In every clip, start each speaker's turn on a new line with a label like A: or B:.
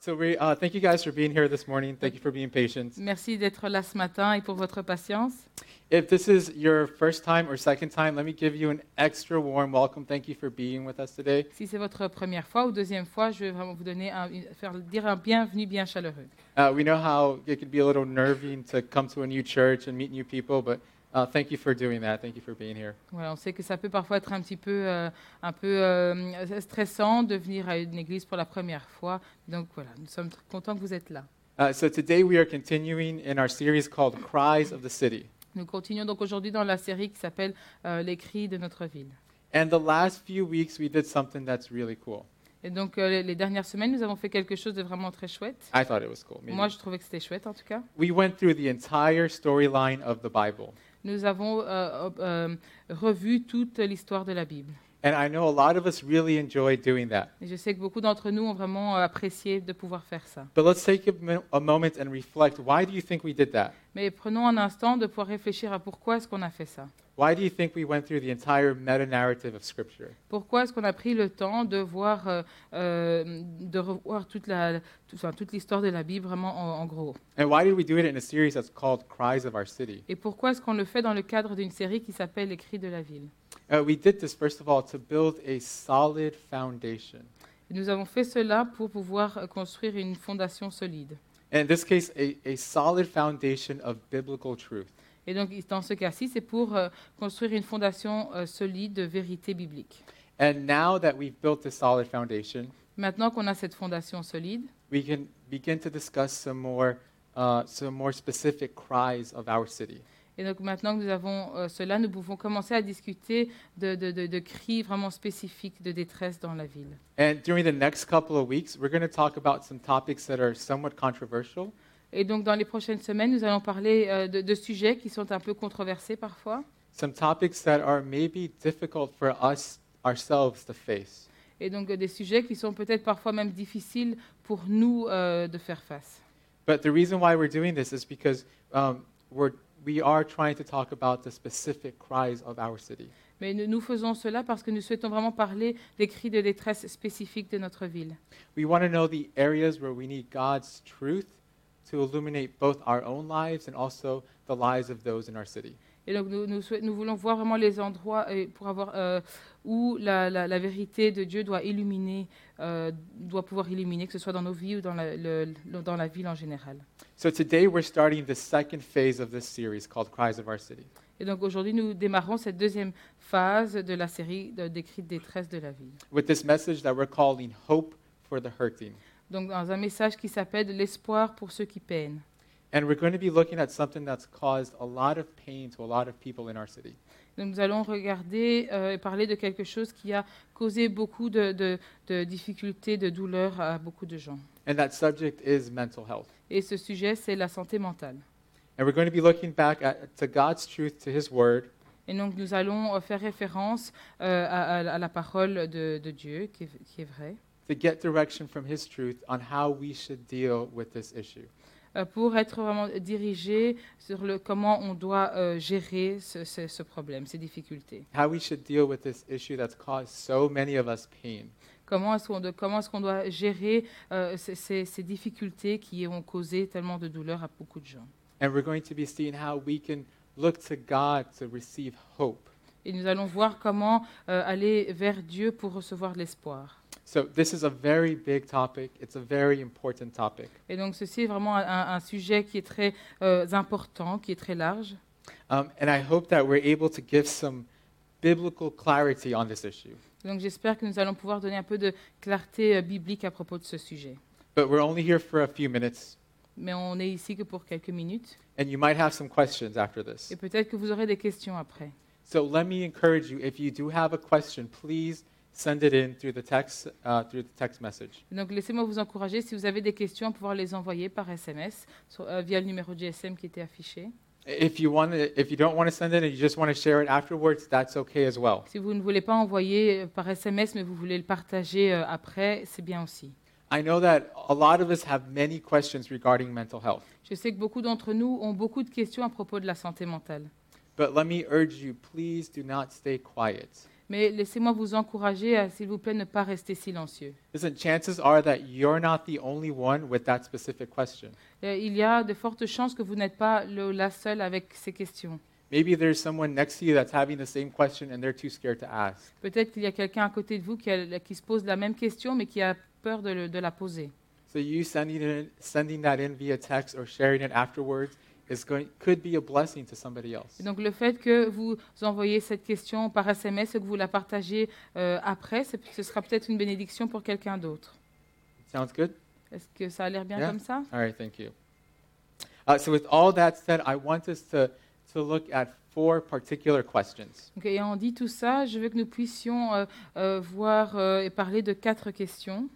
A: So we uh, thank you guys for being here this morning. Thank you for being patient.
B: Merci d'être là ce matin et pour votre patience.
A: If this is your first time or second time, let me give you an extra warm welcome. Thank you for being with us today.
B: Si c'est votre première fois ou deuxième fois, je vais vraiment vous donner un, une- faire dire un bienvenue bien chaleureux.
A: Uh, we know how it can be a little nerving to come to a new church and meet new people, but uh, thank you for doing that. Thank you for being here.
B: Voilà, on sait que ça peut parfois être un petit peu, euh, un peu euh, stressant de venir à une église pour la première fois. Donc voilà, nous sommes très contents que vous êtes là.
A: Uh, so today we are continuing in our series called Cries of the City.
B: Nous continuons donc aujourd'hui dans la série qui s'appelle euh, Les cris de notre ville.
A: And the last few weeks we did something that's really cool.
B: Et donc euh, les- les dernières semaines, nous avons fait quelque chose de vraiment très chouette.
A: I thought it was cool. maybe.
B: Moi, je trouvais que c'était chouette en tout cas.
A: We went through the entire storyline of the Bible.
B: Nous avons euh, euh, euh, revu toute l'histoire de la Bible.
A: And I know a lot of us really enjoy doing that.
B: Et je sais que beaucoup d'entre nous ont vraiment euh, apprécié de pouvoir faire ça.
A: But let's take a, mo- a moment and reflect. Why do you think we did that?
B: Mais prenons un instant de pouvoir réfléchir à pourquoi est-ce qu'on a fait ça.
A: Why do you think we went through the entire meta narrative of Scripture?
B: Pourquoi est-ce qu'on a pris le temps de voir, euh, euh, de revoir toute la, tout- enfin, toute l'histoire de la Bible vraiment en, en gros
A: And why did we do it in a series that's called Cries of Our City?
B: Et pourquoi est-ce qu'on le fait dans le cadre d'une série qui s'appelle Les cris de la ville
A: Uh, we did this, first of all, to build a solid foundation.
B: Et Nous avons fait cela pour pouvoir euh, construire une fondation solide.
A: And in this case, a, a solid foundation of biblical truth.
B: Et donc, dans ce cas-ci, c'est pour euh, construire une fondation euh, solide de vérité biblique.
A: And now that we've built this solid foundation,
B: Maintenant qu'on a cette fondation solide,
A: we can begin to discuss some more, uh, some more specific cries of our city.
B: Et donc maintenant que nous avons euh, cela, nous pouvons commencer à discuter de, de- de- de cris vraiment spécifiques de détresse dans la ville.
A: And during the next couple of weeks, we're going to talk about some topics that are somewhat controversial,
B: Et donc dans les prochaines semaines, nous allons parler euh, de, de sujets qui sont un peu controversés parfois,
A: some topics that are maybe difficult for us ourselves to face.
B: et donc euh, des sujets qui sont peut-être parfois même difficiles pour nous euh, de faire face.
A: But the reason why we're doing this is because um, we're, we are trying to talk about the specific cries of our city.
B: Mais nous, nous faisons cela parce que nous souhaitons vraiment parler des cris de détresse spécifiques de notre ville.
A: We want to know the areas where we need God's truth to illuminate both our own lives and also the lives of those in our city.
B: Et donc nous, nous souhait- nous voulons voir vraiment les endroits euh, pour avoir, euh, où la, la- la vérité de Dieu doit illuminer, euh, doit pouvoir illuminer, que ce soit dans nos vies ou dans la, le- le- dans la ville en général.
A: So today we're starting the second phase of this series called Cries of Our City.
B: Et donc aujourd'hui, nous démarrons cette deuxième phase de la série de- des cris de détresse de la ville.
A: with this message that we're calling Hope for the Hurting.
B: Donc dans un message qui s'appelle l'espoir pour ceux qui peinent.
A: And we're going to be looking at something that's caused a lot of pain to a lot of people in our city.
B: Donc nous allons regarder euh, et parler de quelque chose qui a causé beaucoup de- de- de difficultés, de douleurs à beaucoup de gens.
A: And that subject is mental health.
B: Et ce sujet, c'est la santé mentale.
A: And we're going to be looking back at, to God's truth, to His Word,
B: Et donc nous allons euh, faire référence euh, à, à- à la parole de, de Dieu, qui est, qui est vraie,
A: to get direction from His truth on how we should deal with this issue.
B: euh, pour être vraiment dirigé sur le, comment on doit euh, gérer ce, ce- ce problème, ces difficultés.
A: How we should deal with this issue that's caused so many of us pain.
B: Comment est-ce qu'on doit, comment est-ce qu'on doit gérer euh, ces, ces- ces difficultés qui ont causé tellement de douleur à beaucoup de gens.
A: And we're going to be seeing how we can look to God to receive hope.
B: Et nous allons voir comment euh, aller vers Dieu pour recevoir de l'espoir.
A: So, this is a very big topic. It's a very important topic.
B: Et donc ceci est vraiment un, un sujet qui est très euh, important, qui est très large.
A: Um, and I hope that we're able to give some biblical clarity on this issue.
B: Donc j'espère que nous allons pouvoir donner un peu de clarté euh, biblique à propos de ce sujet.
A: But we're only here for a few minutes,
B: Mais on est ici que pour quelques minutes
A: and you might have some questions after this.
B: et peut-être que vous aurez des questions après.
A: So let me encourage you if you do have a question, please send it in through the text, uh, through the text message.
B: Donc laissez-moi vous encourager, si vous avez des questions, à pouvoir les envoyer par SMS sur- euh, via le numéro de GSM qui était affiché.
A: If you, want to, if you don't want to send it and you just want to share it afterwards, that's okay as well.
B: Si vous ne voulez pas envoyer euh, par SMS mais vous voulez le partager euh, après, c'est bien aussi.
A: I know that a lot of us have many questions regarding mental health,
B: Je sais que beaucoup d'entre nous ont beaucoup de questions à propos de la santé mentale.
A: but let me urge you please do not stay quiet.
B: Mais laissez-moi vous encourager à, s'il vous plaît, ne pas rester silencieux.
A: Listen, chances are that you're not the only one with that specific question.
B: Euh, Il y a de fortes chances que vous n'êtes pas le- la seule avec ces questions.
A: Maybe there's someone next to you that's having the same question and they're too scared to ask.
B: Peut-être qu'il y a quelqu'un à côté de vous qui, a- qui se pose la même question, mais qui a peur de, le- de la poser.
A: So you sending, it in, sending that in via text or sharing it afterwards is going, could be a blessing to somebody else.
B: Et donc le fait que vous envoyez cette question par SMS et que vous la partagez euh, après, c'est- ce sera peut-être une bénédiction pour quelqu'un d'autre.
A: Sounds good?
B: Est-ce que ça a l'air bien
A: Yeah.
B: comme ça
A: All right, thank you. Uh, so with all that said, I want us to, to look at four particular questions.
B: Donc, ayant dit tout ça, je veux que nous puissions euh, euh, voir euh, et parler de quatre questions.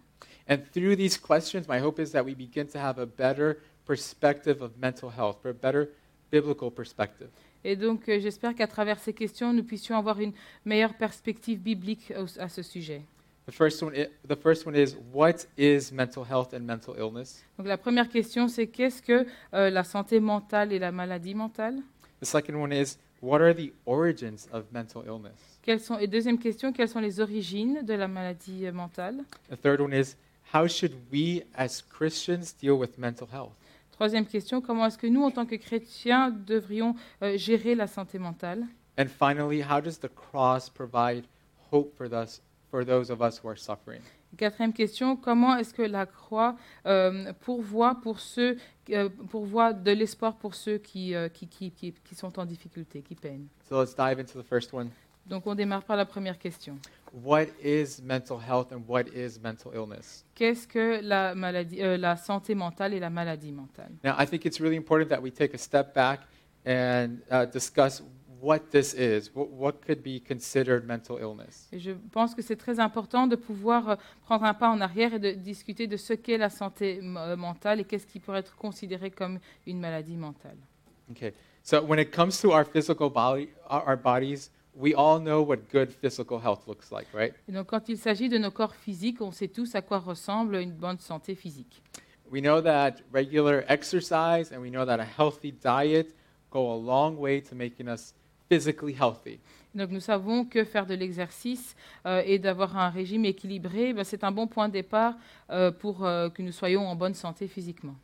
A: And through these questions, my hope is that we begin to have a better perspective of mental health, or a better biblical perspective.
B: Et donc, euh, j'espère qu'à travers ces questions, nous puissions avoir une meilleure perspective biblique au- à ce sujet.
A: The first one, i- the first one is what is mental health and mental illness?
B: Donc, la première question, c'est qu'est-ce que euh, la santé mentale et la maladie mentale
A: The second one is what are the origins of mental illness?
B: Quelles sont, Et deuxième question, quelles sont les origines de la maladie euh, mentale
A: The third one is how should we as Christians deal with mental health?
B: Troisième question, comment est-ce que nous, en tant que chrétiens, devrions euh, gérer la santé mentale
A: And finally, how does the cross provide hope for us for those of us who are suffering?
B: Quatrième question, comment est-ce que la croix euh, pourvoit, pour ceux, euh, pourvoit de l'espoir pour ceux qui, euh, qui, qui, qui, qui sont en difficulté, qui peinent
A: So let's dive into the first one.
B: Donc on démarre par la première question.
A: What is mental health and what is mental illness?
B: Qu'est-ce que la, maladie, euh, la santé mentale et la maladie mentale
A: Now, I think it's really important that we take a step back and uh, discuss what this is, wh- what could be considered mental illness.
B: Et je pense que c'est très important de pouvoir euh, prendre un pas en arrière et de discuter de ce qu'est la santé m- euh, mentale et qu'est-ce qui pourrait être considéré comme une maladie mentale.
A: Okay, so when it comes to our physical body, our, our bodies, we all know what good physical health looks like, right?
B: Et donc, quand il s'agit de nos corps physiques, on sait tous à quoi ressemble une bonne santé physique.
A: We know that regular exercise and we know that a healthy diet go a long way to making us physically healthy.
B: Donc, nous savons que faire de l'exercice euh, et d'avoir un régime équilibré, ben, c'est un bon point de départ euh, pour euh, que nous soyons en bonne santé physiquement.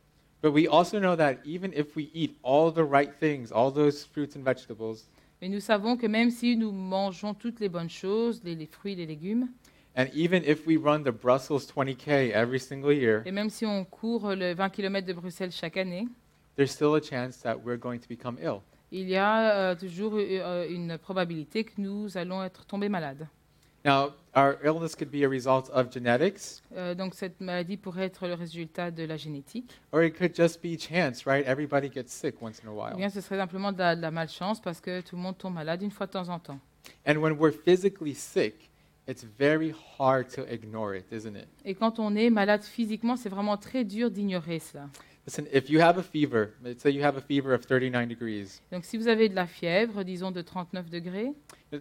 A: But we also know that even if we eat all the right things, all those fruits and vegetables,
B: Mais nous savons que même si nous mangeons toutes les bonnes choses, les, les fruits, les légumes,
A: and even if we run the Brussels 20K every single year,
B: et même si on court euh, le 20 km de Bruxelles chaque année,
A: there's still a chance that we're going to become ill.
B: il y a euh, toujours euh, une probabilité que nous allons être tombés malades.
A: Now, our illness could be a result of genetics,
B: Euh, donc, cette maladie pourrait être le résultat de la génétique.
A: or it could just be chance, right? Everybody gets sick once in a
B: Ou
A: while.
B: bien ce serait simplement de la, de la malchance parce que tout le monde tombe malade une fois de temps en temps.
A: And when we're physically sick, it's very hard to ignore it, isn't it?
B: Et quand on est malade physiquement, c'est vraiment très dur d'ignorer cela.
A: Listen, if you have a fever, let's say you have a fever of 39 degrees,
B: Donc si vous avez de la fièvre, disons de 39 degrés,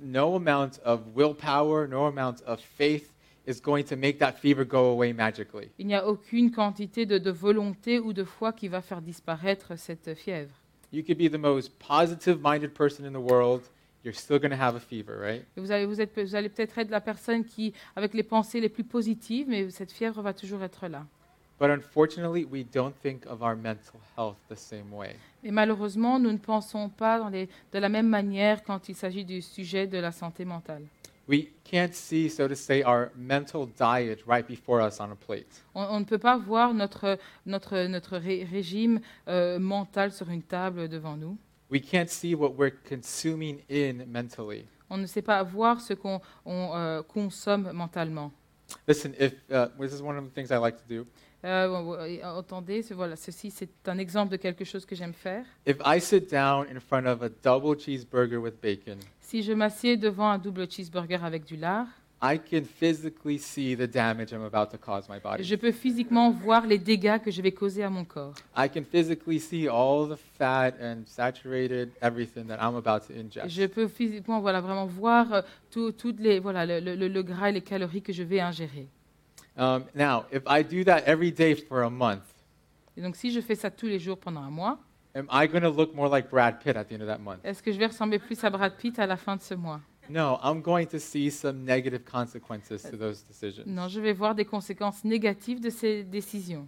A: no amount of willpower, no amount of faith is going to make that fever go away magically.
B: il n'y a aucune quantité de, de volonté ou de foi qui va faire disparaître cette fièvre.
A: You could be the most positive minded person in the world, you're still going to have a fever, right?
B: Et vous allez, vous êtes- vous allez peut-être être la personne qui, avec les pensées les plus positives, mais cette fièvre va toujours être là.
A: But unfortunately, we don't think of our mental health the same way.
B: Et malheureusement, nous ne pensons pas dans les- de la même manière quand il s'agit du sujet de la santé mentale.
A: We can't see, so to say, our mental diet right before us on a plate.
B: On, on ne peut pas voir notre, notre, notre ré- régime euh, mental sur une table devant nous.
A: We can't see what we're consuming in mentally.
B: On ne sait pas voir ce qu'on on, euh, consomme mentalement.
A: Listen, if uh, this is one of the things I like to do.
B: Euh, et, euh, entendez, ce- voilà, ceci c'est un exemple de quelque chose que j'aime faire.
A: If I sit down in front of a double cheeseburger with bacon,
B: Si je m'assieds devant un double cheeseburger avec du lard,
A: I can physically see the damage I'm about to cause my body.
B: je peux physiquement voir les dégâts que je vais causer à mon corps.
A: I can physically see all the fat and saturated everything that I'm about to ingest.
B: Je peux physiquement voilà, vraiment voir euh, tout- toutes les, voilà, le, le- le- le gras et les calories que je vais ingérer.
A: Um, now, if I do that every day for a month,
B: Et donc si je fais ça tous les jours pendant un mois,
A: Am I going to look more like Brad Pitt at the end of that month?
B: Est-ce que je vais ressembler plus à Brad Pitt à la fin de ce mois
A: No, I'm going to see some negative consequences to those decisions.
B: Non, je vais voir des conséquences négatives de ces décisions.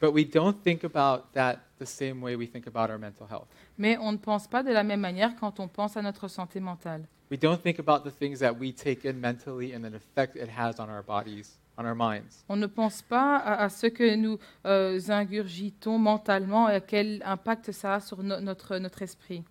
A: But we don't think about that the same way we think about our mental health.
B: Mais on ne pense pas de la même manière quand on pense à notre santé mentale.
A: We don't think about the things that we take in mentally and the effect it has on our bodies, on our minds.
B: On ne pense pas à, à ce que nous euh, ingurgitons mentalement et à quel impact ça a sur no- notre, notre esprit.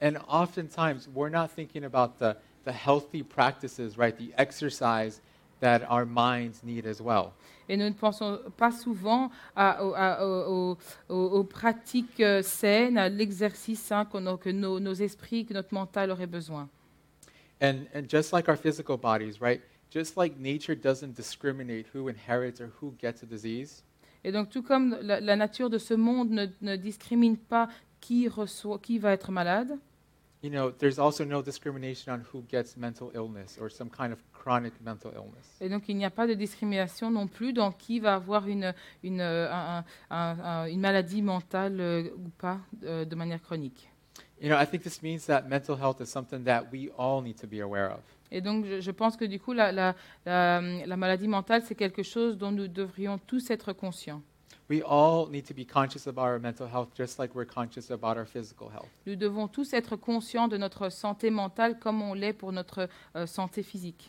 A: And oftentimes, we're not thinking about the, the healthy practices, right? The exercise that our minds need as well.
B: Et nous ne pensons pas souvent à- au- à- au- au- aux, aux pratiques euh, saines, à l'exercice sain qu'on a- que nos, nos esprits, que notre mental aurait besoin.
A: And, and just like our physical bodies, right? Just like nature doesn't discriminate who inherits or who gets a disease,
B: Et donc, tout comme la, la nature de ce monde ne, ne discrimine pas qui, reçoit, qui va être malade,
A: you know, there's also no discrimination on who gets mental illness or some kind of chronic mental illness.
B: et donc il n'y a pas de discrimination non plus dans qui va avoir une, une, euh, un- un- un- une maladie mentale euh, ou pas euh, de manière chronique.
A: You know, I think this means that mental health is something that we all need to be aware of.
B: Et donc, je, je pense que du coup, la, la- la- la maladie mentale, c'est quelque chose dont nous devrions tous être conscients.
A: We all need to be conscious about our mental health just like we're conscious about our physical health.
B: Nous devons tous être conscients de notre santé mentale comme on l'est pour notre euh, santé physique.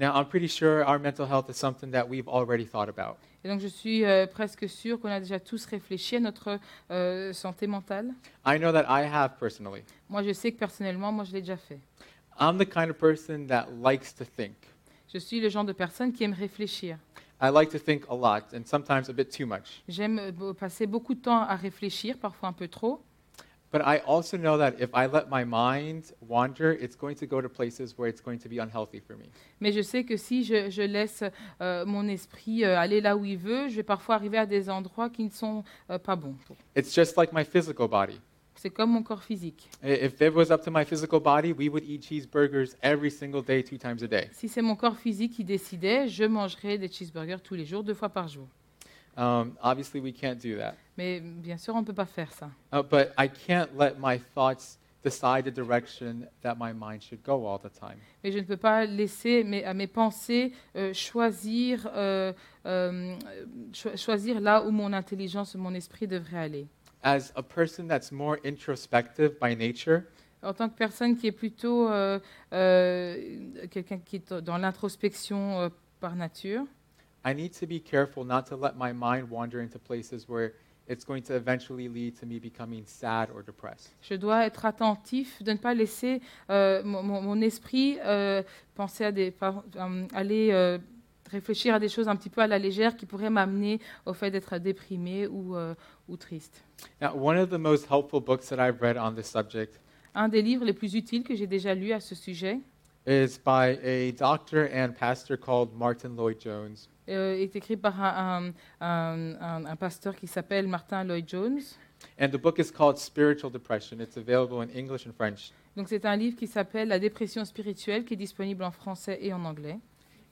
A: Now, I'm pretty sure our mental health is something that we've already thought about.
B: Et donc, je suis euh, presque sûre qu'on a déjà tous réfléchi à notre euh, santé mentale.
A: I know that I have personally.
B: Moi, je sais que personnellement, moi, je l'ai déjà fait.
A: I'm the kind of person that likes to think.
B: Je suis le genre de personne qui aime réfléchir.
A: I like to think a lot and sometimes a bit too much.
B: J'aime euh, be- passer beaucoup de temps à réfléchir, parfois un peu trop.
A: But I also know that if I let my mind wander, it's going to go to places where it's going to be unhealthy for me.
B: Mais je sais que si je, je laisse euh, mon esprit euh, aller là où il veut, je vais parfois arriver à des endroits qui ne sont euh, pas bons.
A: It's just like my physical body.
B: C'est comme mon corps physique.
A: I- If it was up to my physical body, we would eat cheeseburgers every single day, two times a day.
B: Si c'est mon corps physique qui décidait, je mangerais des cheeseburgers tous les jours, deux fois par jour.
A: Um, obviously, we can't do that.
B: Mais mm, bien sûr, on ne peut pas faire ça.
A: Uh, but I can't let my thoughts decide the direction that my mind should go all the time.
B: Mais je ne peux pas laisser mes, à mes pensées euh, choisir, euh, euh, cho- choisir là où mon intelligence, mon esprit devrait aller.
A: As a person that's more introspective by nature,
B: En tant que personne qui est plutôt euh, euh, quelqu'un qui est dans l'introspection euh, par nature,
A: I need to be careful not to let my mind wander into places where it's going to eventually lead to me becoming sad or depressed.
B: je dois être attentif de ne pas laisser euh, mon, mon- mon esprit euh, penser à des, par- euh, aller euh, réfléchir à des choses un petit peu à la légère qui pourraient m'amener au fait d'être déprimé ou, euh, ou triste.
A: Now, one of the most helpful books that I've read on this subject
B: Un des livres les plus utiles que j'ai déjà lu à ce sujet
A: is by a doctor and pastor called Martin Lloyd Jones.
B: euh, est écrit par un, un- un- un- un pasteur qui s'appelle Martin Lloyd-Jones.
A: And the book is called Spiritual Depression. It's available in English and French.
B: Donc c'est un livre qui s'appelle La dépression spirituelle qui est disponible en français et en anglais.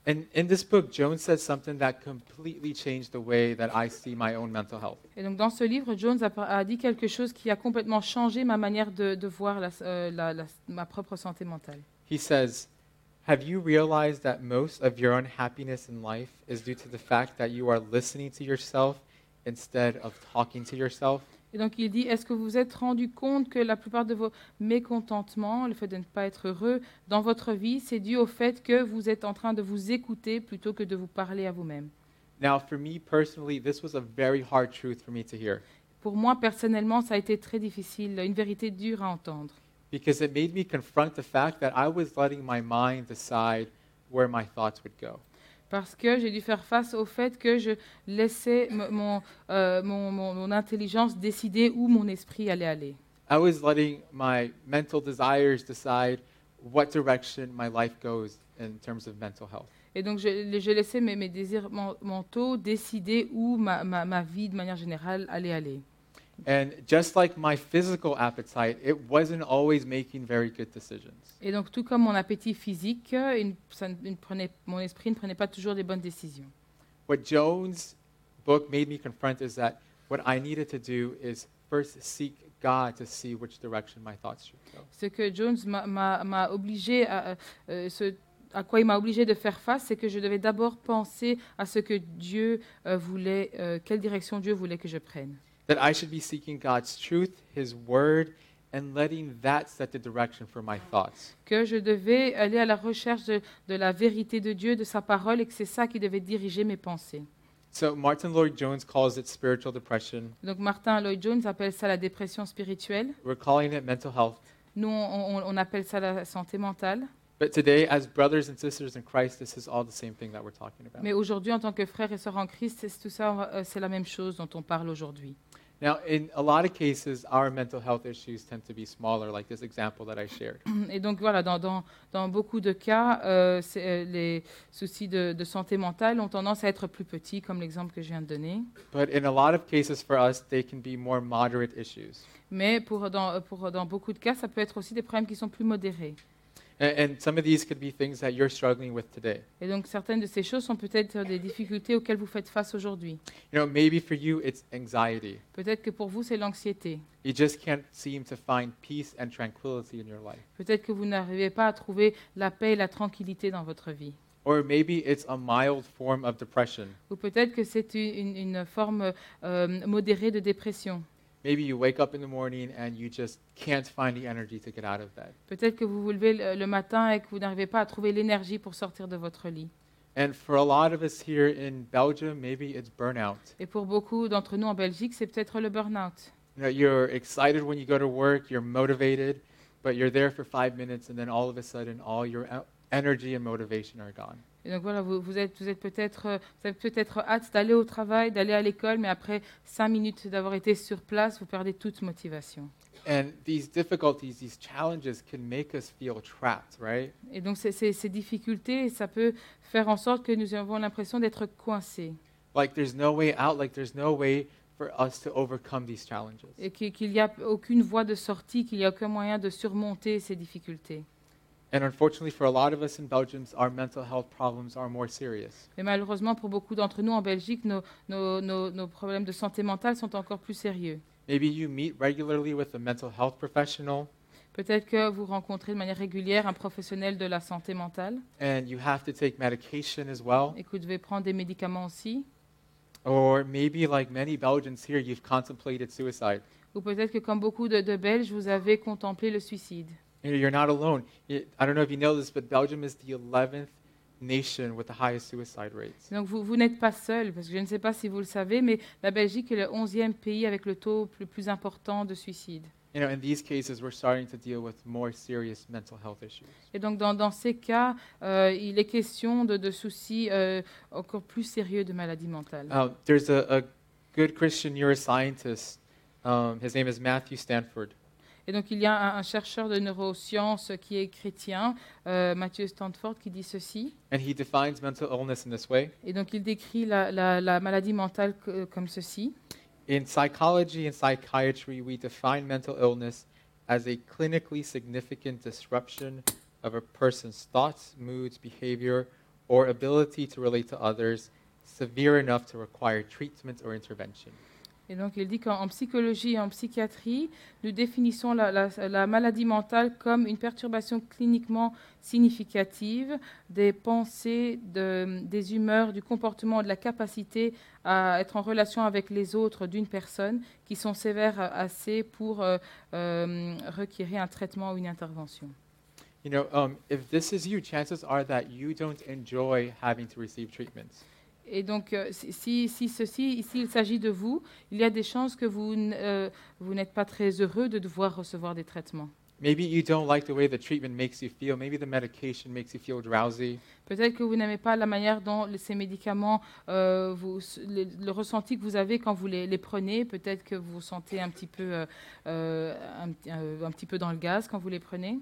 A: And in this book, Jones says something that completely changed the way that I see my own mental health.
B: Et donc dans ce livre, Jones a, par- a dit quelque chose qui a complètement changé ma manière de, de voir la- euh, la- la- ma propre santé mentale.
A: He says, Have you realized that most of your unhappiness in life is due to the fact that you are listening to yourself instead of talking to yourself?
B: Et donc il dit, est-ce que vous vous êtes rendu compte que la plupart de vos mécontentements, le fait de ne pas être heureux dans votre vie, c'est dû au fait que vous êtes en train de vous écouter plutôt que de vous parler à vous-même
A: Now, for me personally, this was a very hard truth for me to hear
B: Pour moi, personnellement, ça a été très difficile, une vérité dure à entendre.
A: because it made me confront the fact that I was letting my mind decide where my thoughts would go.
B: parce que j'ai dû faire face au fait que je laissais m- mon, euh, mon- mon- mon intelligence décider où mon esprit allait aller.
A: I was letting my mental desires decide what direction my life goes in terms of mental health.
B: Et donc, je, je laissais mes, mes désirs men- mentaux décider où ma, ma- ma vie, de manière générale, allait aller.
A: And just like my physical appetite, it wasn't always making very good decisions.
B: Et donc, tout comme mon appétit physique, euh, il ne- ça ne- il ne prenait- mon esprit ne prenait pas toujours les bonnes décisions.
A: What Jones' book made me confront is that what I needed to do is first seek God to see which direction my thoughts should go.
B: Ce que Jones m'a- m'a m'a obligé à, euh, ce- à quoi il m'a obligé de faire face, c'est que je devais d'abord penser à ce que Dieu euh, voulait, euh, quelle direction Dieu voulait que je prenne.
A: That I should be seeking God's truth, His word, and letting that set the direction for my thoughts.
B: Que je devais aller à la recherche de, de la vérité de Dieu, de sa parole, et que c'est ça qui devait diriger mes pensées.
A: So Martin Lloyd Jones calls it spiritual depression.
B: Donc Martin Lloyd Jones appelle ça la dépression spirituelle.
A: We're calling it mental health.
B: Nous, on, on- on appelle ça la santé mentale.
A: But today, as brothers and sisters in Christ, this is all the same thing that we're talking about.
B: Mais aujourd'hui, en tant que frères et sœurs en Christ, c'est- tout ça, on va- euh, c'est la même chose dont on parle aujourd'hui.
A: Now, in a lot of cases, our mental health issues tend to be smaller, like this example that I shared.
B: Et donc voilà, dans, dans- dans beaucoup de cas, euh, c'est, euh, les soucis de, de santé mentale ont tendance à être plus petits, comme l'exemple que je viens de donner.
A: But in a lot of cases for us, they can be more moderate issues.
B: Mais pour, dans, pour- dans beaucoup de cas, ça peut être aussi des problèmes qui sont plus modérés.
A: And, and some of these could be things that you're struggling with today.
B: Et donc certaines de ces choses sont peut-être des difficultés auxquelles vous faites face aujourd'hui.
A: You know, maybe for you, it's anxiety.
B: Peut-être que pour vous, c'est l'anxiété.
A: You just can't seem to find peace and tranquility in your life.
B: Peut-être que vous n'arrivez pas à trouver la paix et la tranquillité dans votre vie.
A: Or maybe it's a mild form of depression.
B: Ou peut-être que c'est une, une forme euh, modérée de dépression.
A: Maybe you wake up in the morning and you just can't find the energy to get out of bed.
B: Peut-être que vous vous levez le le matin et que vous n'arrivez pas à trouver l'énergie pour sortir de votre lit.
A: And for a lot of us here in Belgium, maybe it's burnout.
B: Et pour beaucoup d'entre nous en Belgique, c'est peut-être le burn-out.
A: You know, you're excited when you go to work, you're motivated, but you're there for five minutes, and then all of a sudden, all your e- energy and motivation are gone.
B: Et donc voilà, vous, vous êtes, vous êtes peut-être euh, vous avez peut-être hâte d'aller au travail, d'aller à l'école, mais après cinq minutes d'avoir été sur place, vous perdez toute motivation.
A: And these difficulties, these challenges can make us feel trapped, right?
B: Et donc ces- ces ces difficultés, ça peut faire en sorte que nous avons l'impression d'être coincés.
A: Like there's no way out, like there's no way for us to overcome these challenges.
B: et qu'il qu'il n'y a aucune voie de sortie, qu'il n'y a aucun moyen de surmonter ces difficultés.
A: And unfortunately, for a lot of us in Belgium, our mental health problems are more serious.
B: Mais malheureusement, pour beaucoup d'entre nous en Belgique, nos, nos- nos- nos problèmes de santé mentale sont encore plus sérieux.
A: Maybe you meet regularly with a mental health professional,
B: Peut-être que vous rencontrez de manière régulière un professionnel de la santé mentale
A: and you have to take medication as well.
B: et que vous devez prendre des médicaments aussi.
A: Or maybe, like many Belgians here, you've contemplated suicide.
B: Ou peut-être que, comme beaucoup de, de Belges, vous avez contemplé le suicide.
A: You know, You're not alone. Y- I don't know if you know this, but Belgium is the 11th nation with the highest suicide rates.
B: Donc vous, vous n'êtes pas seul, parce que je ne sais pas si vous le savez, mais la Belgique est le 11e pays avec le taux le plus important de suicide.
A: You know, in these cases, we're starting to deal with more serious mental health issues.
B: Et donc, dans, dans ces cas, euh, il est question de, de soucis euh, encore plus sérieux de maladies mentales.
A: Um, there's a, a good Christian neuroscientist. Um, his name is Matthew Stanford.
B: Et donc, il y a un, un chercheur de neurosciences qui est chrétien, euh, Mathieu Stanford, qui dit ceci.
A: And he defines mental illness in this way.
B: Et donc, il décrit la, la- la maladie mentale que- comme ceci.
A: In psychology and psychiatry, we define mental illness as a clinically significant disruption of a person's thoughts, moods, behavior, or ability to relate to others severe enough to require treatment or intervention.
B: Et donc, il dit qu'en en psychologie et en psychiatrie, nous définissons la, la- la maladie mentale comme une perturbation cliniquement significative des pensées, de- des humeurs, du comportement, de la capacité à être en relation avec les autres d'une personne qui sont sévères euh, assez pour euh, euh, requérir un traitement ou une intervention.
A: You know, um, if this is you, chances are that you don't enjoy having to receive treatments.
B: Et donc, euh, si, si- si ceci, ici, il s'agit de vous, il y a des chances que vous n- euh, vous n'êtes pas très heureux de devoir recevoir des traitements.
A: Maybe you don't like the way the treatment makes you feel. Maybe the medication makes you feel drowsy.
B: Peut-être que vous n'aimez pas la manière dont le- ces médicaments, euh, vous, le, le ressenti que vous avez quand vous les, les prenez. Peut-être que vous vous sentez un petit peu, euh, euh, un, euh, un petit peu dans le gaz quand vous les prenez.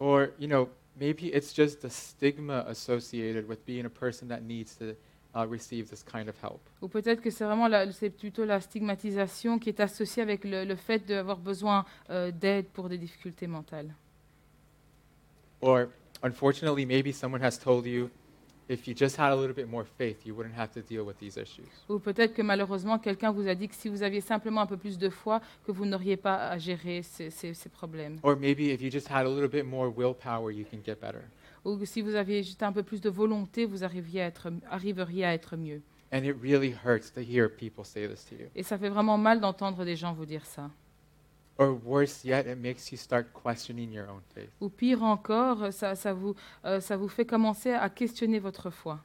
A: Or, you know, maybe it's just the stigma associated with being a person that needs to uh, receive this kind of help.
B: Ou peut-être que c'est vraiment la- c'est plutôt la stigmatisation qui est associée avec le, le fait d'avoir besoin euh, d'aide pour des difficultés mentales.
A: Or, unfortunately, maybe someone has told you if you just had a little bit more faith, you wouldn't have to deal with these issues.
B: Ou peut-être que malheureusement, quelqu'un vous a dit que si vous aviez simplement un peu plus de foi, que vous n'auriez pas à gérer ces, ces- ces problèmes.
A: Or maybe if you just had a little bit more willpower, you can get better.
B: Ou que si vous aviez juste un peu plus de volonté, vous arriviez à être, arriveriez à être mieux.
A: And it really hurts to hear people say this to you.
B: Et ça fait vraiment mal d'entendre des gens vous dire ça.
A: Or worse yet, it makes you start questioning your own faith.
B: Ou pire encore, ça, ça vous, euh, ça vous fait commencer à questionner votre foi.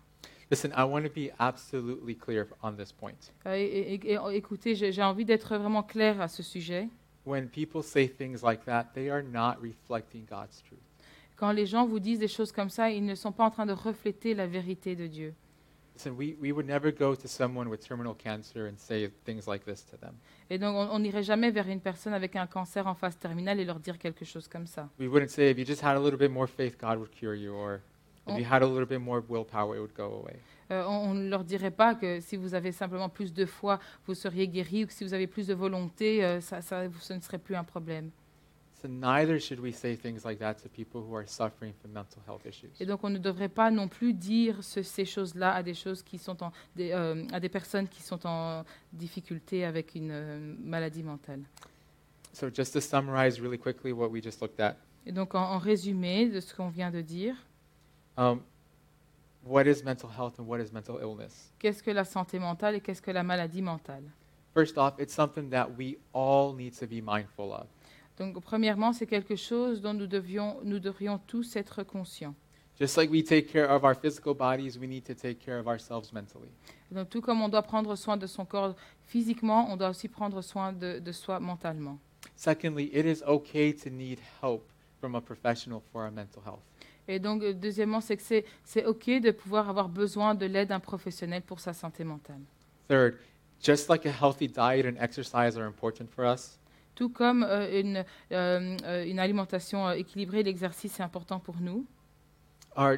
A: Listen, I want to be absolutely clear on this point.
B: Euh, et- et- et- écoutez, j'ai j'ai envie d'être vraiment claire à ce sujet.
A: When people say things like that, they are not reflecting God's truth.
B: Quand les gens vous disent des choses comme ça, ils ne sont pas en train de refléter la vérité de Dieu.
A: Listen, we, we would never go to someone with terminal cancer and say things like this to them.
B: Et donc, on on n'irait jamais vers une personne avec un cancer en phase terminale et leur dire quelque chose comme ça.
A: We wouldn't say, if you just had a little bit more faith, God would cure you, or if
B: Oh.
A: you had a little bit more willpower, it would go away.
B: Euh, on on ne leur dirait pas que si vous avez simplement plus de foi, vous seriez guéri ou que si vous avez plus de volonté, euh, ça, ça- ce ne serait plus un problème.
A: So neither should we say things like that to people who are suffering from mental health issues.
B: Et donc, on ne devrait pas non plus dire ce- ces choses-là à des, choses qui sont en, des, euh, à des personnes qui sont en difficulté avec une euh, maladie mentale.
A: So just to summarize really quickly what we just looked at,
B: Et donc, en, en résumé de ce qu'on vient de dire,
A: um, what is mental health and what is mental illness?
B: qu'est-ce que la santé mentale et qu'est-ce que la maladie mentale
A: First off, it's something that we all need to be mindful of.
B: Donc, premièrement, c'est quelque chose dont nous, devions, nous devrions tous être conscients.
A: Just like we take care of our physical bodies, we need to take care of ourselves mentally.
B: Donc, tout comme on doit prendre soin de son corps physiquement, on doit aussi prendre soin de, de soi mentalement.
A: Secondly, it is okay to need help from a professional for our mental health.
B: Et donc, euh, deuxièmement, c'est que c'est- c'est OK de pouvoir avoir besoin de l'aide d'un professionnel pour sa santé mentale.
A: Third, just like a healthy diet and exercise are important for us,
B: Tout comme euh, une, euh, euh, une alimentation euh, équilibrée, l'exercice est important pour nous.
A: our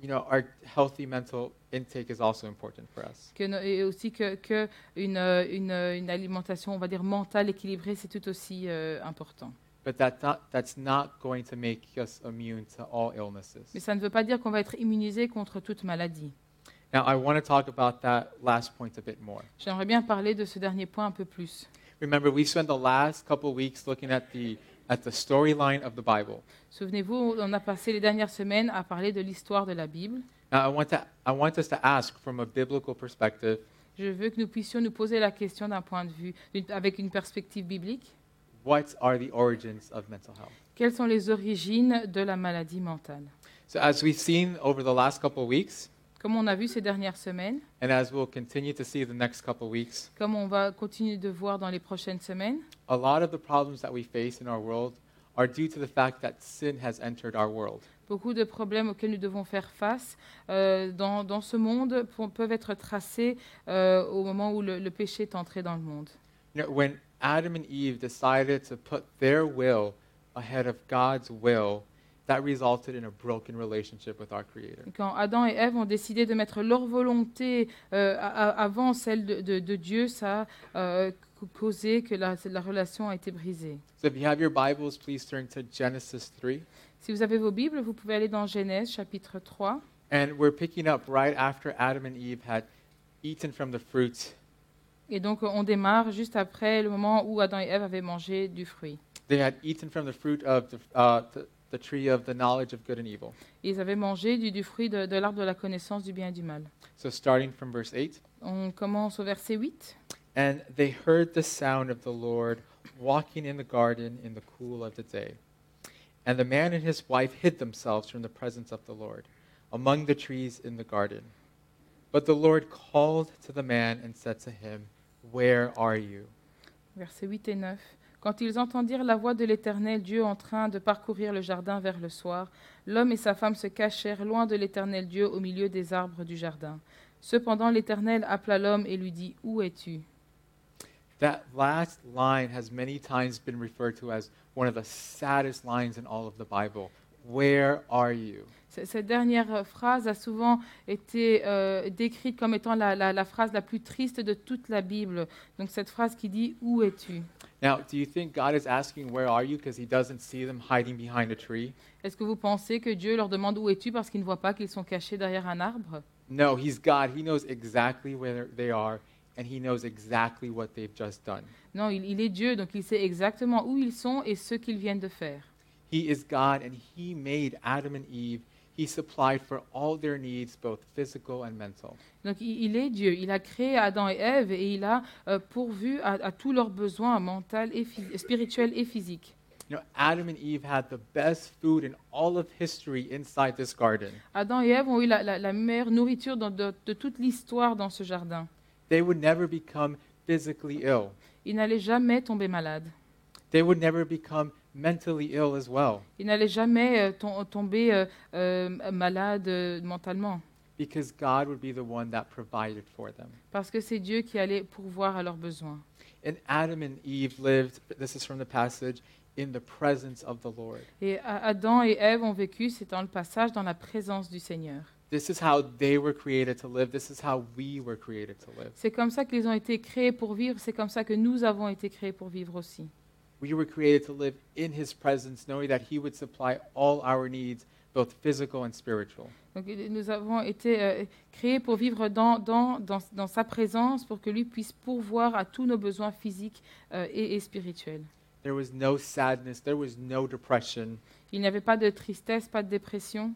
A: you know, our healthy mental intake is also important for us.
B: Que, no- et aussi que, que une, euh, une, euh, une alimentation, on va dire, mentale équilibrée, c'est tout aussi euh, important.
A: But that not, that's not going to make us immune to all illnesses.
B: Mais ça ne veut pas dire qu'on va être immunisé contre toute maladie.
A: Now, I want to talk about that last point a bit more.
B: J'aimerais bien parler de ce dernier point un peu plus.
A: Remember, we spent the last couple weeks looking at the at the storyline of the Bible.
B: Souvenez-vous, on a passé les dernières semaines à parler de l'histoire de la Bible.
A: Now, I want to I want us to ask from a biblical perspective,
B: Je veux que nous puissions nous poser la question d'un point de vue, d'une- avec une perspective biblique.
A: what are the origins of mental health?
B: Quelles sont les origines de la maladie mentale
A: So, as we've seen over the last couple weeks,
B: Comme on a vu ces dernières semaines,
A: and as we'll continue to see the next couple weeks,
B: comme on va continuer de voir dans les prochaines semaines,
A: a lot of the problems that we face in our world are due to the fact that sin has entered our world.
B: beaucoup de problèmes auxquels nous devons faire face euh, dans, dans ce monde pour- peuvent être tracés euh, au moment où le- le péché est entré dans le monde.
A: You know, when Adam and Eve decided to put their will ahead of God's will, that resulted in a broken relationship with our Creator.
B: Quand Adam et Ève ont décidé de mettre leur volonté euh, a- a- avant celle de, de- de Dieu, ça a euh, c- causé que la, la relation a été brisée.
A: So if you have your Bibles, please turn to Genesis 3.
B: Si vous avez vos Bibles, vous pouvez aller dans Genèse chapitre 3.
A: And we're picking up right after Adam and Eve had eaten from the fruit.
B: Et donc on démarre juste après le moment où Adam et Ève avaient mangé du fruit.
A: They had eaten from the fruit of the, uh, the, the tree of the knowledge of good and evil.
B: Ils avaient mangé du, du fruit de, de l'arbre de la connaissance du bien et du mal.
A: So starting from verse 8.
B: On commence au verset 8.
A: And they heard the sound of the Lord walking in the garden in the cool of the day. And the man and his wife hid themselves from the presence of the Lord among the trees in the garden. But the Lord called to the man and said to him, Where are you?
B: Versets 8 et 9. Quand ils entendirent la voix de l'Éternel Dieu en train de parcourir le jardin vers le soir, l'homme et sa femme se cachèrent loin de l'Éternel Dieu au milieu des arbres du jardin. Cependant l'Éternel appela l'homme et lui dit, Où es-tu
A: That last line has many times been referred to as one of the saddest lines in all of the Bible. Where are you?
B: C- Cette dernière phrase a souvent été euh, décrite comme étant la, la- la phrase la plus triste de toute la Bible. Donc cette phrase qui dit ⁇ Où es-tu ⁇
A: Now, do you think God is asking, Where are you? because he doesn't see them hiding behind a tree?
B: Est-ce que vous pensez que Dieu leur demande ⁇ Où es-tu ⁇ parce qu'ils ne voient pas qu'ils sont cachés derrière un arbre
A: No, he's God. He knows exactly where they are, and he knows exactly what they've just done.
B: Non, il, il est Dieu, donc il sait exactement où ils sont et ce qu'ils viennent de faire.
A: He is God, and he made Adam and Eve. He supplied for all their needs, both physical and mental.
B: Donc il, il est Dieu, il a créé Adam et Ève et il a euh, pourvu à, à tous leurs besoins mentaux, et phys- spirituels et physiques.
A: You know, Adam and Eve had the best food in all of history inside this garden.
B: Adam et Ève ont eu la, la- la meilleure nourriture dans- de, de toute l'histoire dans ce jardin.
A: They would never become physically ill.
B: Ils n'allaient jamais tomber malades.
A: They would never become mentally ill as well,
B: Ils n'allaient jamais euh, tom- tomber euh, euh, malades euh, mentalement,
A: because God would be the one that provided for them.
B: parce que c'est Dieu qui allait pourvoir à leurs besoins.
A: And Adam and Eve lived, this is from the passage, in the presence of the Lord.
B: Et A- Adam et Ève ont vécu, c'est dans le passage, dans la présence du Seigneur.
A: This is how they were created to live. This is how we were created to live.
B: C'est comme ça qu'ils ont été créés pour vivre, c'est comme ça que nous avons été créés pour vivre aussi.
A: We were created to live in His presence, knowing that He would supply all our needs, both physical and spiritual.
B: Donc, il- nous avons été euh, créés pour vivre dans, dans, dans, dans sa présence, pour que lui puisse pourvoir à tous nos besoins physiques euh, et, et spirituels.
A: There was no sadness, there was no depression.
B: Il n'y avait pas de tristesse, pas de dépression.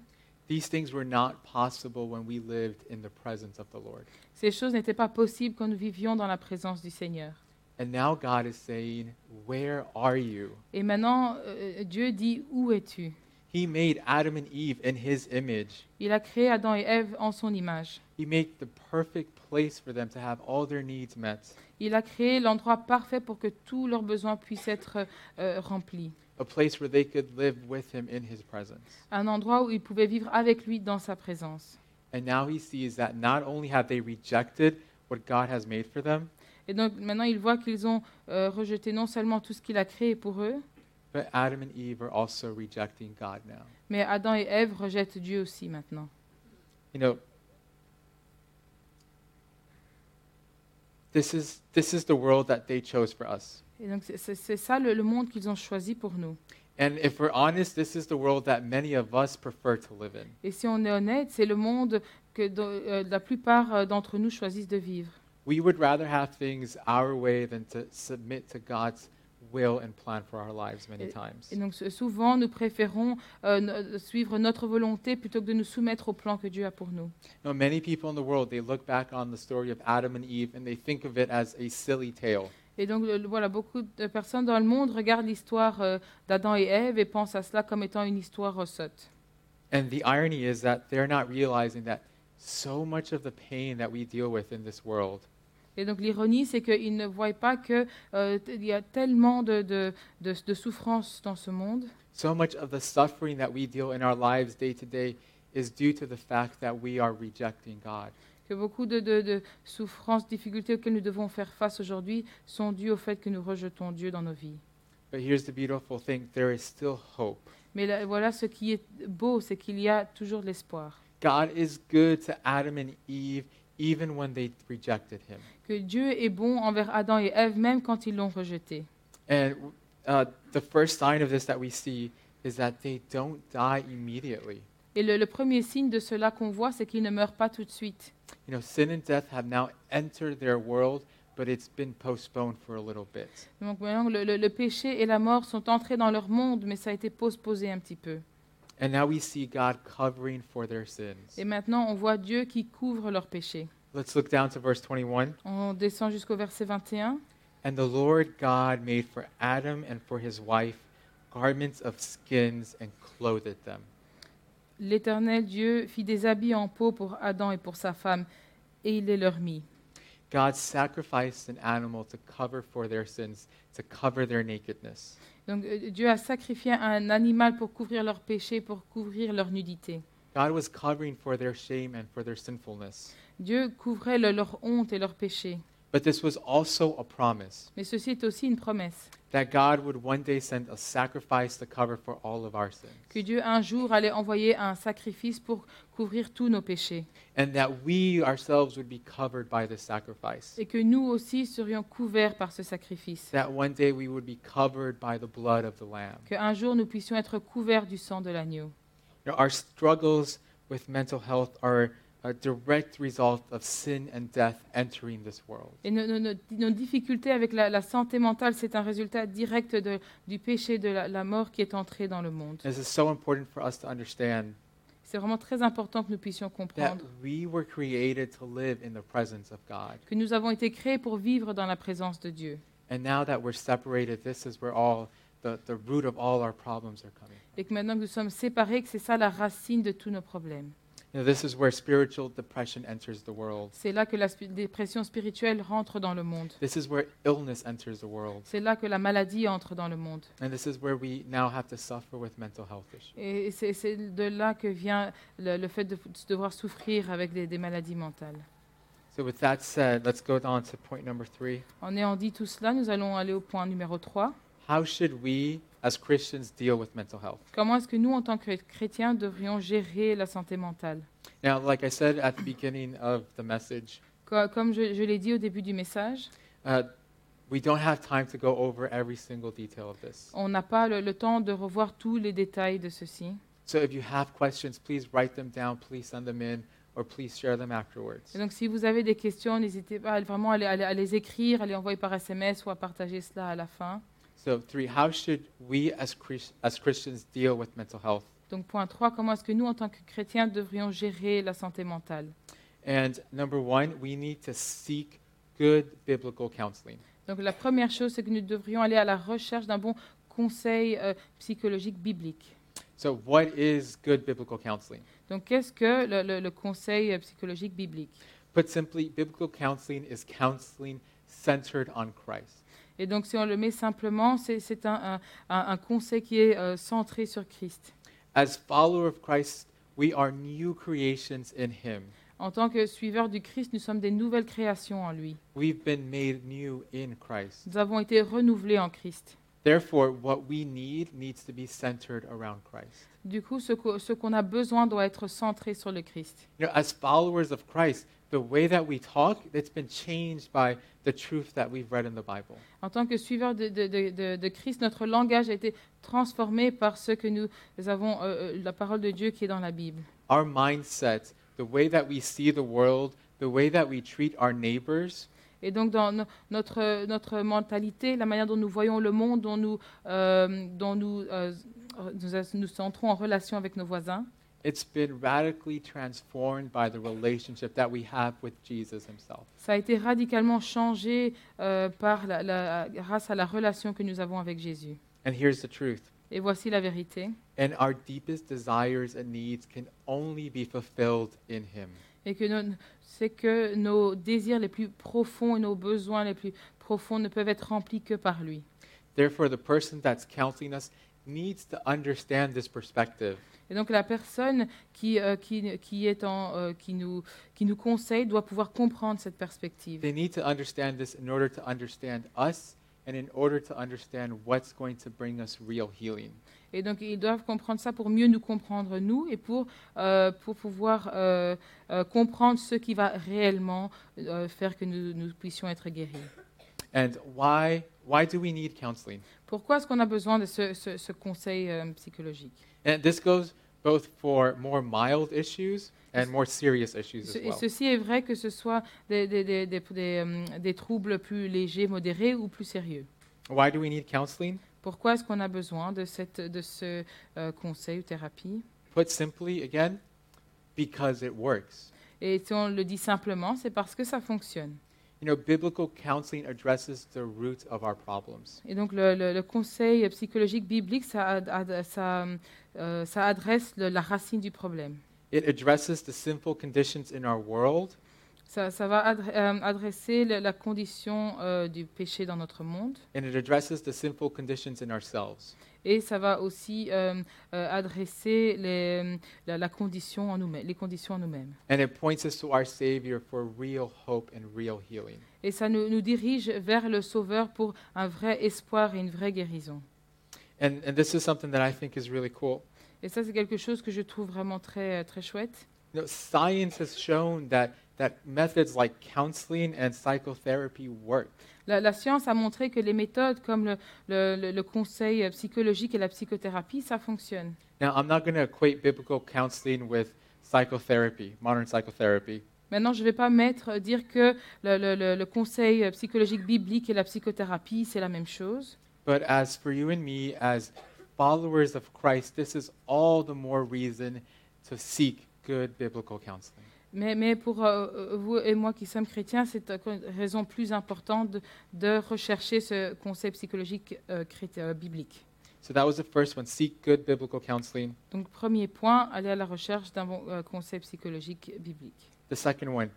A: These things were not possible when we lived in the presence of the Lord.
B: Ces choses n'étaient pas possibles quand nous vivions dans la présence du Seigneur.
A: And now God is saying, Where are you?
B: Et maintenant, euh, Dieu dit, où es-tu
A: He made Adam and Eve in His image.
B: Il a créé Adam et Ève en son image.
A: He made the perfect place for them to have all their needs met,
B: Il a créé l'endroit parfait pour que tous leurs besoins puissent être euh, remplis.
A: a place where they could live with Him in His presence.
B: Un endroit où ils pouvaient vivre avec lui dans sa présence.
A: And now he sees that not only have they rejected what God has made for them,
B: Et donc maintenant, ils voient qu'ils ont euh, rejeté non seulement tout ce qu'il a créé pour eux,
A: but Adam and Eve are also rejecting God now.
B: mais Adam et Ève rejettent Dieu aussi maintenant.
A: You know, this is, this is the world that they chose for us.
B: Et donc c'est- c'est c'est ça le, le monde qu'ils ont choisi pour nous.
A: And if we're honest, this is the world that many of us prefer to live in.
B: Et si on est honnête, c'est le monde que do- euh, la plupart euh, d'entre nous choisissent de vivre.
A: We would rather have things our way than to submit to God's will and plan for our lives many
B: Eh,
A: times.
B: Et donc s- souvent, nous préférons euh, no- suivre notre volonté plutôt que de nous soumettre au plan que Dieu a pour nous.
A: Now, many people in the world, they look back on the story of Adam and Eve and they think of it as a silly tale.
B: Et donc le- le- voilà, beaucoup de personnes dans le monde regardent l'histoire euh, d'Adam et Ève et pensent à cela comme étant une histoire euh, sotte.
A: And the irony is that they're not realizing that so much of the pain that we deal with in this world
B: Et donc l'ironie, c'est qu'ils ne voient pas qu'il y a tellement de, de, de, de souffrances dans ce monde.
A: So much of the suffering that we deal in our lives day to day is due to the fact that we are rejecting God.
B: que beaucoup de, de- de souffrances, difficultés auxquelles nous devons faire face aujourd'hui sont dues au fait que nous rejetons Dieu dans nos vies.
A: But here's the beautiful thing there is still hope.
B: Mais là, voilà ce qui est beau, c'est qu'il y a toujours de l'espoir.
A: God is good to Adam and Eve even when they rejected him.
B: Que Dieu est bon envers Adam et Ève même quand ils l'ont rejeté.
A: And uh, the first sign of this that we see is that they don't die immediately.
B: Et le, le premier signe de cela qu'on voit, c'est qu'ils ne meurent pas tout de suite.
A: You know, sin and death have now entered their world, but it's been postponed for a little bit.
B: Donc maintenant, le, le- le péché et la mort sont entrés dans leur monde, mais ça a été postposé un petit peu.
A: And now we see God covering for their sins.
B: Et maintenant, on voit Dieu qui couvre leur péché.
A: Let's look down to verse 21.
B: On descend jusqu'au verset 21.
A: And the Lord God made for Adam and for his wife garments of skins and clothed them.
B: L'Éternel Dieu fit des habits en peau pour Adam et pour sa femme, et il les leur mit.
A: God sacrificed an animal to cover for their sins, to cover their nakedness.
B: Donc euh, Dieu a sacrifié un animal pour couvrir leur péché, pour couvrir leur nudité.
A: God was covering for their shame and for their sinfulness.
B: Dieu couvrait le- leur honte et leur péché.
A: But this was also a promise
B: Mais ceci est aussi une promesse
A: that God would one day send a sacrifice to cover for all of our
B: que
A: sins.
B: Dieu un jour allait envoyer un sacrifice pour couvrir tous nos péchés
A: And that we ourselves would be covered by this sacrifice.
B: et que nous aussi serions couverts par ce sacrifice,
A: That one day we would be covered by the blood of the Lamb.
B: qu'un jour nous puissions être couverts du sang de l'agneau.
A: You know, our struggles with mental health are a direct result of sin and death entering this world.
B: Et nos, nos- nos- nos difficultés avec la, la santé mentale, c'est un résultat direct de- du péché de la, la mort qui est entrée dans le monde.
A: This is so important for us to understand
B: C'est vraiment très important que nous puissions
A: that
B: comprendre
A: we were created to live in the presence of God.
B: que nous avons été créés pour vivre dans la présence de Dieu.
A: And now that we're separated, this is where all the, the root of all our problems are coming.
B: Et que maintenant que nous sommes séparés, que c'est ça la racine de tous nos problèmes.
A: You know, this is where spiritual depression enters the world.
B: C'est là que la spi- dépression spirituelle rentre dans le monde.
A: This is where illness enters the world.
B: C'est là que la maladie entre dans le monde.
A: And this is where we now have to suffer with mental health issues.
B: Et c'est c'est de là que vient le, le fait de, de devoir souffrir avec des, des maladies mentales.
A: So, with that said, let's go on to point number three.
B: En ayant dit tout cela, nous allons aller au point numéro 3.
A: How should we as Christians deal with mental health?
B: Comment est-ce que nous, en tant que chrétiens, devrions gérer la santé mentale
A: Now, like I said at the beginning of the message,
B: Co- Comme je, je l'ai dit au début du message,
A: uh, we don't have time to go over every single detail of this.
B: on n'a pas le, le temps de revoir tous les détails de ceci.
A: So, if you have questions, please write them down, please send them in, or please share them afterwards.
B: Et donc, si vous avez des questions, n'hésitez pas à- vraiment à, les- à les- à les écrire, à les envoyer par SMS ou à partager cela à la fin.
A: So, three, how should we as, Chris- as Christians deal with mental health?
B: Donc, point 3, comment est-ce que nous, en tant que chrétiens, devrions gérer la santé mentale
A: And number one, we need to seek good biblical counseling.
B: Donc, la première chose, c'est que nous devrions aller à la recherche d'un bon conseil euh, psychologique biblique.
A: So, what is good biblical counseling?
B: Donc, qu'est-ce que le- le- le conseil euh, psychologique biblique
A: Put simply, biblical counseling is counseling centered on Christ.
B: Et donc, si on le met simplement, c'est c'est un, un- un- un conseil qui est euh, centré sur Christ.
A: As follower of Christ, we are new creations in him.
B: En tant que suiveurs du Christ, nous sommes des nouvelles créations en lui.
A: We've been made new in Christ.
B: Nous avons été renouvelés en Christ.
A: Therefore, what we need needs to be centered around Christ.
B: Du coup, ce qu'o- ce qu'on a besoin doit être centré sur le Christ.
A: You know, as followers of Christ, the way that we talk, it's been changed by the truth that we've read in the Bible.
B: En tant que suiveurs de, de- de- de- de Christ, notre langage a été transformé par ce que nous avons, euh, euh, la parole de Dieu qui est dans la Bible.
A: Our mindset, the way that we see the world, the way that we treat our neighbors,
B: Et donc, dans no- notre, euh, notre mentalité, la manière dont nous voyons le monde, dont nous, euh, dont nous, euh, nous as- nous entrons en relation avec nos voisins,
A: it's been radically transformed by the relationship that we have with Jesus himself.
B: Ça a été radicalement changé euh, par la, la- grâce à la relation que nous avons avec Jésus.
A: And here's the truth
B: Et voici la vérité.
A: and our deepest desires and needs can only be fulfilled in him.
B: Et que nous- c'est que nos désirs les plus profonds et nos besoins les plus profonds ne peuvent être remplis que par lui.
A: Therefore, the person that's counseling us needs to understand this perspective
B: Et donc la personne qui, euh, qui, qui est en, euh, qui, nous, qui nous conseille doit pouvoir comprendre cette perspective.
A: They need to understand this in order to understand us and in order to understand what's going to bring us real healing.
B: Et donc ils doivent comprendre ça pour mieux nous comprendre nous et pour, euh, pour pouvoir euh, euh, comprendre ce qui va réellement euh, faire que nous, nous puissions être guéris.
A: And why why do we need counseling?
B: Pourquoi est-ce qu'on a besoin de ce, ce- ce conseil euh, psychologique
A: And this goes both for more mild issues and more serious issues
B: Ce-
A: as
B: Et
A: well.
B: ceci est vrai que ce soit des, des- des- des- des, euh, des troubles plus légers, modérés ou plus sérieux.
A: Why do we need counseling?
B: Pourquoi est-ce qu'on a besoin de, cette, de ce euh, conseil ou thérapie
A: Put simply again, because it works.
B: Et si on le dit simplement, c'est parce que ça fonctionne.
A: You know, biblical counseling addresses the root of our problems.
B: Et donc le, le- le conseil psychologique biblique, ça, ad- ad- ça, euh, ça adresse le- la racine du problème.
A: It addresses the sinful conditions in our world
B: Ça, ça va adre- euh, adresser la, la condition euh, du péché dans notre monde
A: and it addresses the sinful conditions in ourselves.
B: et ça va aussi euh, euh, adresser les, la, la condition en nous-mêmes, les conditions en nous-mêmes.
A: And it points us to our Savior for real hope and real healing.
B: Et ça nous, nous dirige vers le Sauveur pour un vrai espoir et une vraie guérison.
A: And, and this is something that I think is really cool.
B: Et ça, c'est quelque chose que je trouve vraiment très, très chouette.
A: You know, science has shown that, that methods like counseling and psychotherapy work.
B: La, la science a montré que les méthodes comme le, le- le- le conseil psychologique et la psychothérapie, ça fonctionne.
A: Now, I'm not going to equate biblical counseling with psychotherapy, modern psychotherapy,
B: Maintenant, je ne vais pas mettre, euh, dire que le, le- le- le conseil euh, psychologique biblique et la psychothérapie, c'est la même chose.
A: but as for you and me, as followers of Christ, this is all the more reason to seek good biblical counseling.
B: Mais, mais pour euh, vous et moi qui sommes chrétiens, c'est encore une raison plus importante de, de rechercher ce conseil psychologique euh, chrét- euh, biblique.
A: So that was the first one seek good biblical counseling.
B: Donc, premier point, aller à la recherche d'un bon euh, conseil psychologique biblique.
A: The second one,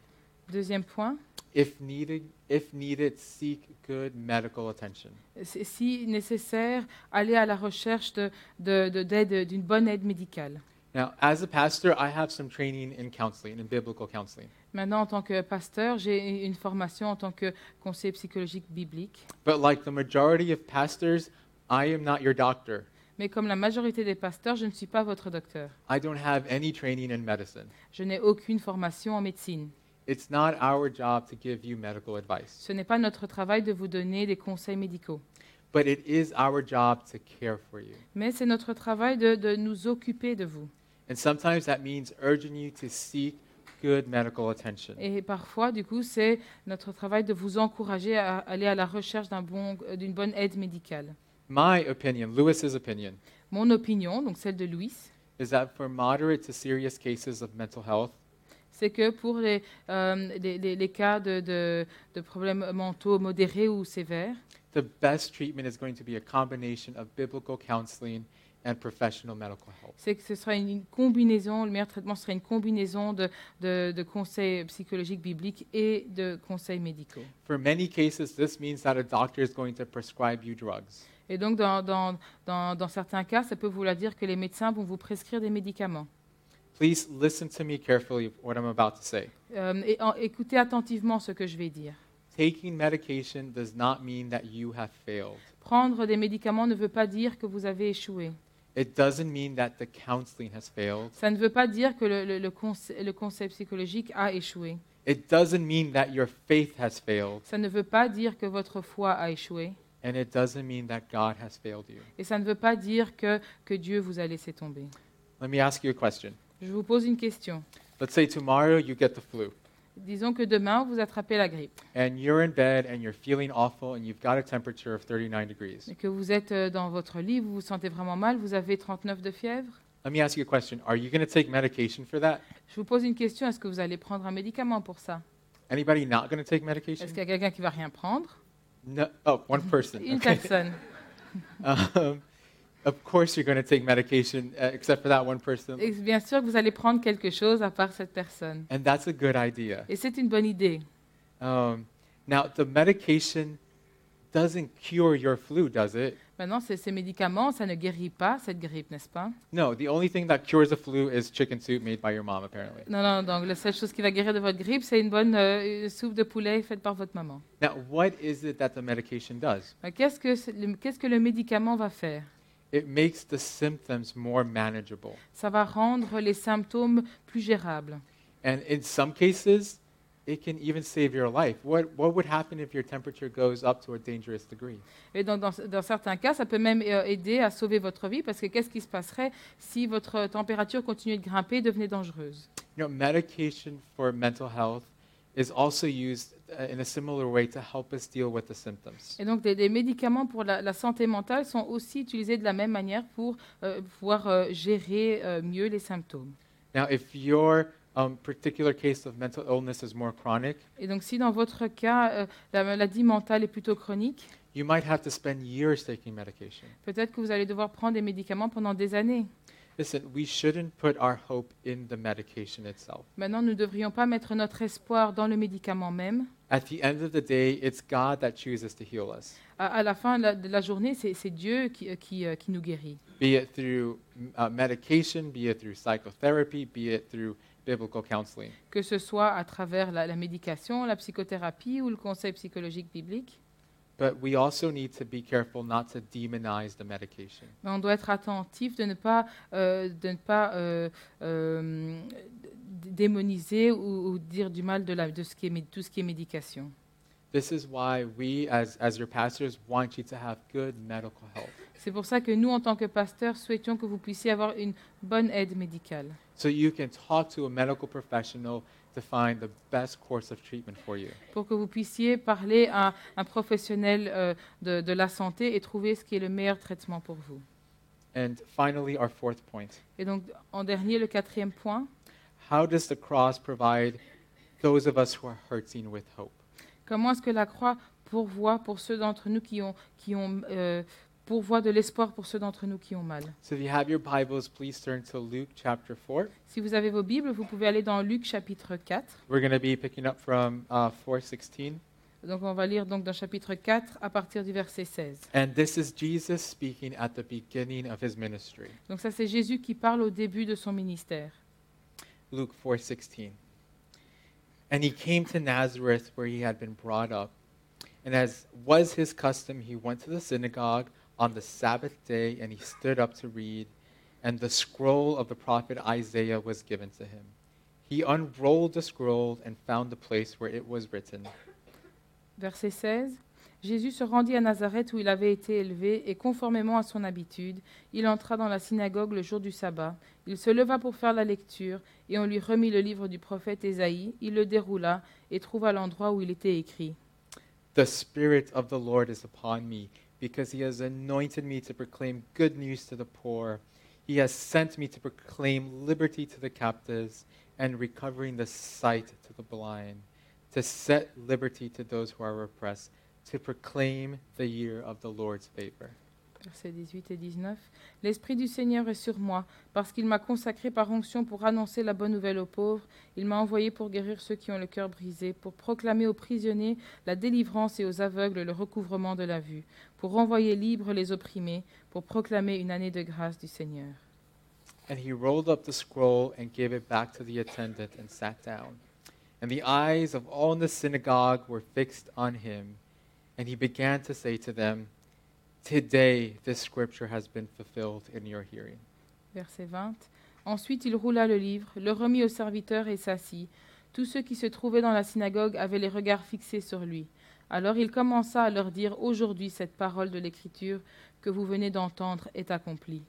B: Deuxième point,
A: if needed, if needed, seek good medical attention.
B: c'est- si nécessaire, aller à la recherche de- de- de- d'aide- d'une bonne aide médicale.
A: Now, as a pastor, I have some training in counseling, in biblical counseling.
B: Maintenant, en tant que pasteur, j'ai une formation en tant que conseiller psychologique biblique.
A: But like the majority of pastors, I am not your doctor.
B: Mais comme la majorité des pasteurs, je ne suis pas votre docteur.
A: I don't have any training in medicine.
B: Je n'ai aucune formation en médecine.
A: It's not our job to give you medical advice,
B: Ce n'est pas notre travail de vous donner des conseils médicaux.
A: but it is our job to care for you.
B: Mais c'est notre travail de, de nous occuper de vous.
A: And sometimes that means urging you to seek good medical attention.
B: Et parfois, du coup, c'est notre travail de vous encourager à aller à la recherche d'un bon- d'une bonne aide médicale.
A: My opinion, Lewis's opinion,
B: Mon opinion, donc celle de Louis,
A: is that for moderate to serious cases of mental health,
B: c'est que pour les, euh, les- les- les cas de, de- de problèmes mentaux modérés ou sévères,
A: the best treatment is going to be a combination of biblical counseling and professional medical help.
B: c'est que ce sera une, une combinaison, le meilleur traitement sera une combinaison de, de- de conseils psychologiques bibliques et de conseils médicaux.
A: For many cases, this means that a doctor is going to prescribe you drugs.
B: Et donc, dans, dans- dans- dans certains cas, ça peut vouloir dire que les médecins vont vous prescrire des médicaments.
A: Please listen to me carefully what I'm about to say.
B: Euh, et en- écoutez attentivement ce que je vais dire.
A: Taking medication does not mean that you have failed.
B: Prendre des médicaments ne veut pas dire que vous avez échoué.
A: It doesn't mean that the counseling has failed.
B: Ça ne veut pas dire que le, le- le conce- le conseil psychologique a échoué.
A: It doesn't mean that your faith has failed.
B: Ça ne veut pas dire que votre foi a échoué.
A: And it doesn't mean that God has failed you.
B: Et ça ne veut pas dire que, que Dieu vous a laissé tomber.
A: Let me ask you a question.
B: Je vous pose une question.
A: Let's say tomorrow you get the flu,
B: Disons que demain, vous attrapez la grippe
A: and you're in bed and you're feeling awful, and you've got a temperature of 39 degrees.
B: et que vous êtes euh, dans votre lit, vous vous sentez vraiment mal, vous avez 39 de fièvre.
A: Let me ask you a question. Are you going to take medication for that?
B: Je vous pose une question, est-ce que vous allez prendre un médicament pour ça
A: Anybody not going to take
B: Est-ce
A: medication?
B: qu'il y a quelqu'un qui va rien prendre
A: No. Oh, one person.
B: Une
A: okay.
B: personne.
A: Um, of course, you're going to take medication, uh, except for that one person.
B: Et bien sûr que vous allez prendre quelque chose à part cette personne.
A: And that's a good idea.
B: Et c'est une bonne idée.
A: Um, now, the medication doesn't cure your flu, does it?
B: Maintenant, ces ces médicaments, ça ne guérit pas cette grippe, n'est-ce pas
A: No, the only thing that cures the flu is chicken soup made by your mom, apparently.
B: Non, non, donc la seule chose qui va guérir de votre grippe, c'est une bonne euh, soupe de poulet faite par votre maman.
A: Now, what is it that the medication does?
B: Euh, Qu'est-ce que, ce- le- qu'est-ce que le médicament va faire
A: It makes the symptoms more manageable.
B: Ça va rendre les symptômes plus gérables.
A: And in some cases, it can even save your life. What, what would happen if your temperature goes up to a dangerous degree?
B: Et donc, dans, dans certains cas, ça peut même euh, aider à sauver votre vie, parce que qu'est-ce qui se passerait si votre température continuait de grimper et devenait dangereuse
A: You know, medication for mental health is also used uh, in a similar way to help us deal with the symptoms.
B: Et donc, des, des médicaments pour la, la santé mentale sont aussi utilisés de la même manière pour euh, pouvoir euh, gérer euh, mieux les symptômes.
A: Now, if your um, particular case of mental illness is more chronic,
B: Et donc, si dans votre cas, euh, la maladie mentale est plutôt chronique,
A: you might have to spend years taking medication.
B: peut-être que vous allez devoir prendre des médicaments pendant des années.
A: Listen, we shouldn't put our hope in the medication itself.
B: Maintenant, nous ne devrions pas mettre notre espoir dans le médicament même.
A: At the end of the day, it's God that chooses to heal us,
B: À, à la fin de la, de la journée, c'est c'est Dieu qui, euh, qui, euh, qui nous guérit.
A: be it through mm, uh, medication, be it through psychotherapy, be it through biblical counseling.
B: Que ce soit à travers la, la médication, la psychothérapie ou le conseil psychologique biblique.
A: But we also need to be careful not to demonize the medication.
B: Mais on doit être attentif de ne pas, euh, de ne pas euh, euh, d- démoniser ou, ou dire du mal de, la- de ce qui est, mé- tout ce qui est médication.
A: This is why we, as, as your pastors, want you to have good medical health.
B: C'est pour ça que nous, en tant que pasteurs, souhaitions que vous puissiez avoir une bonne aide médicale.
A: So you can talk to a medical professional to find the best course of treatment for you.
B: pour que vous puissiez parler à un professionnel euh, de, de la santé et trouver ce qui est le meilleur traitement pour vous.
A: And finally, our fourth point
B: Et donc, en dernier, le quatrième point,
A: how does the cross provide those of us who are hurting with hope?
B: comment est-ce que la croix pourvoit pour ceux d'entre nous qui ont, qui ont euh, pourvoit de l'espoir pour ceux d'entre nous qui ont mal
A: So if you have your Bibles, please turn to Luke chapter 4.
B: Si vous avez vos Bibles, vous pouvez aller dans Luc chapitre 4.
A: We're going to be picking up from uh, 416.
B: Donc, on va lire donc dans chapitre 4 à partir du verset 16.
A: And this is Jesus speaking at the beginning of his ministry.
B: Donc, ça, c'est Jésus qui parle au début de son ministère.
A: Luke 4:16. And he came to Nazareth where he had been brought up. And as was his custom, he went to the synagogue on the Sabbath day and he stood up to read, and the scroll of the prophet Isaiah was given to him. He unrolled the scroll and found the place where it was written,
B: Verset 16. Jésus se rendit à Nazareth où il avait été élevé et conformément à son habitude, il entra dans la synagogue le jour du sabbat. Il se leva pour faire la lecture et on lui remit le livre du prophète Ésaïe. Il le déroula et trouva l'endroit où il était écrit.
A: The Spirit of the Lord is upon me, because he has anointed me to proclaim good news to the poor. He has sent me to proclaim liberty to the captives and recovering the sight to the blind, to set liberty to those who are repressed, to proclaim the year of the Lord's favor.
B: Versets 18 et 19. L'Esprit du Seigneur est sur moi, parce qu'il m'a consacré par onction pour annoncer la bonne nouvelle aux pauvres. Il m'a envoyé pour guérir ceux qui ont le cœur brisé, pour proclamer aux prisonniers la délivrance et aux aveugles le recouvrement de la vue, pour renvoyer libres les opprimés, pour proclamer une année de grâce du Seigneur.
A: And he rolled up the scroll and gave it back to the attendant and sat down. And the eyes of all in the synagogue were fixed on him. And he began to say to them, Today this scripture has been fulfilled in your hearing.
B: Verset 20. Ensuite il roula le livre, le remit au serviteur et s'assit. Tous ceux qui se trouvaient dans la synagogue avaient les regards fixés sur lui. Alors il commença à leur dire Aujourd'hui, cette parole de l'Écriture que vous venez d'entendre est accomplie.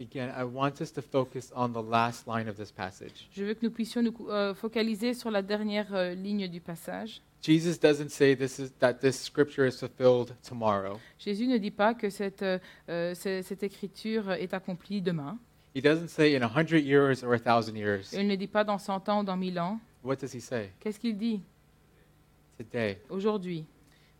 A: Again, I want us to focus on the last line of this passage.
B: Je veux que nous puissions nous cou- euh, focaliser sur la dernière euh, ligne du passage.
A: Jesus doesn't say this is, that this scripture is fulfilled tomorrow.
B: Jésus ne dit pas que cette, euh, euh, ce- cette écriture est accomplie demain.
A: He doesn't say in a hundred years or a thousand years.
B: Il ne dit pas dans 100 ans ou dans 1000 ans.
A: What does he say?
B: Qu'est-ce qu'il dit
A: Today.
B: aujourd'hui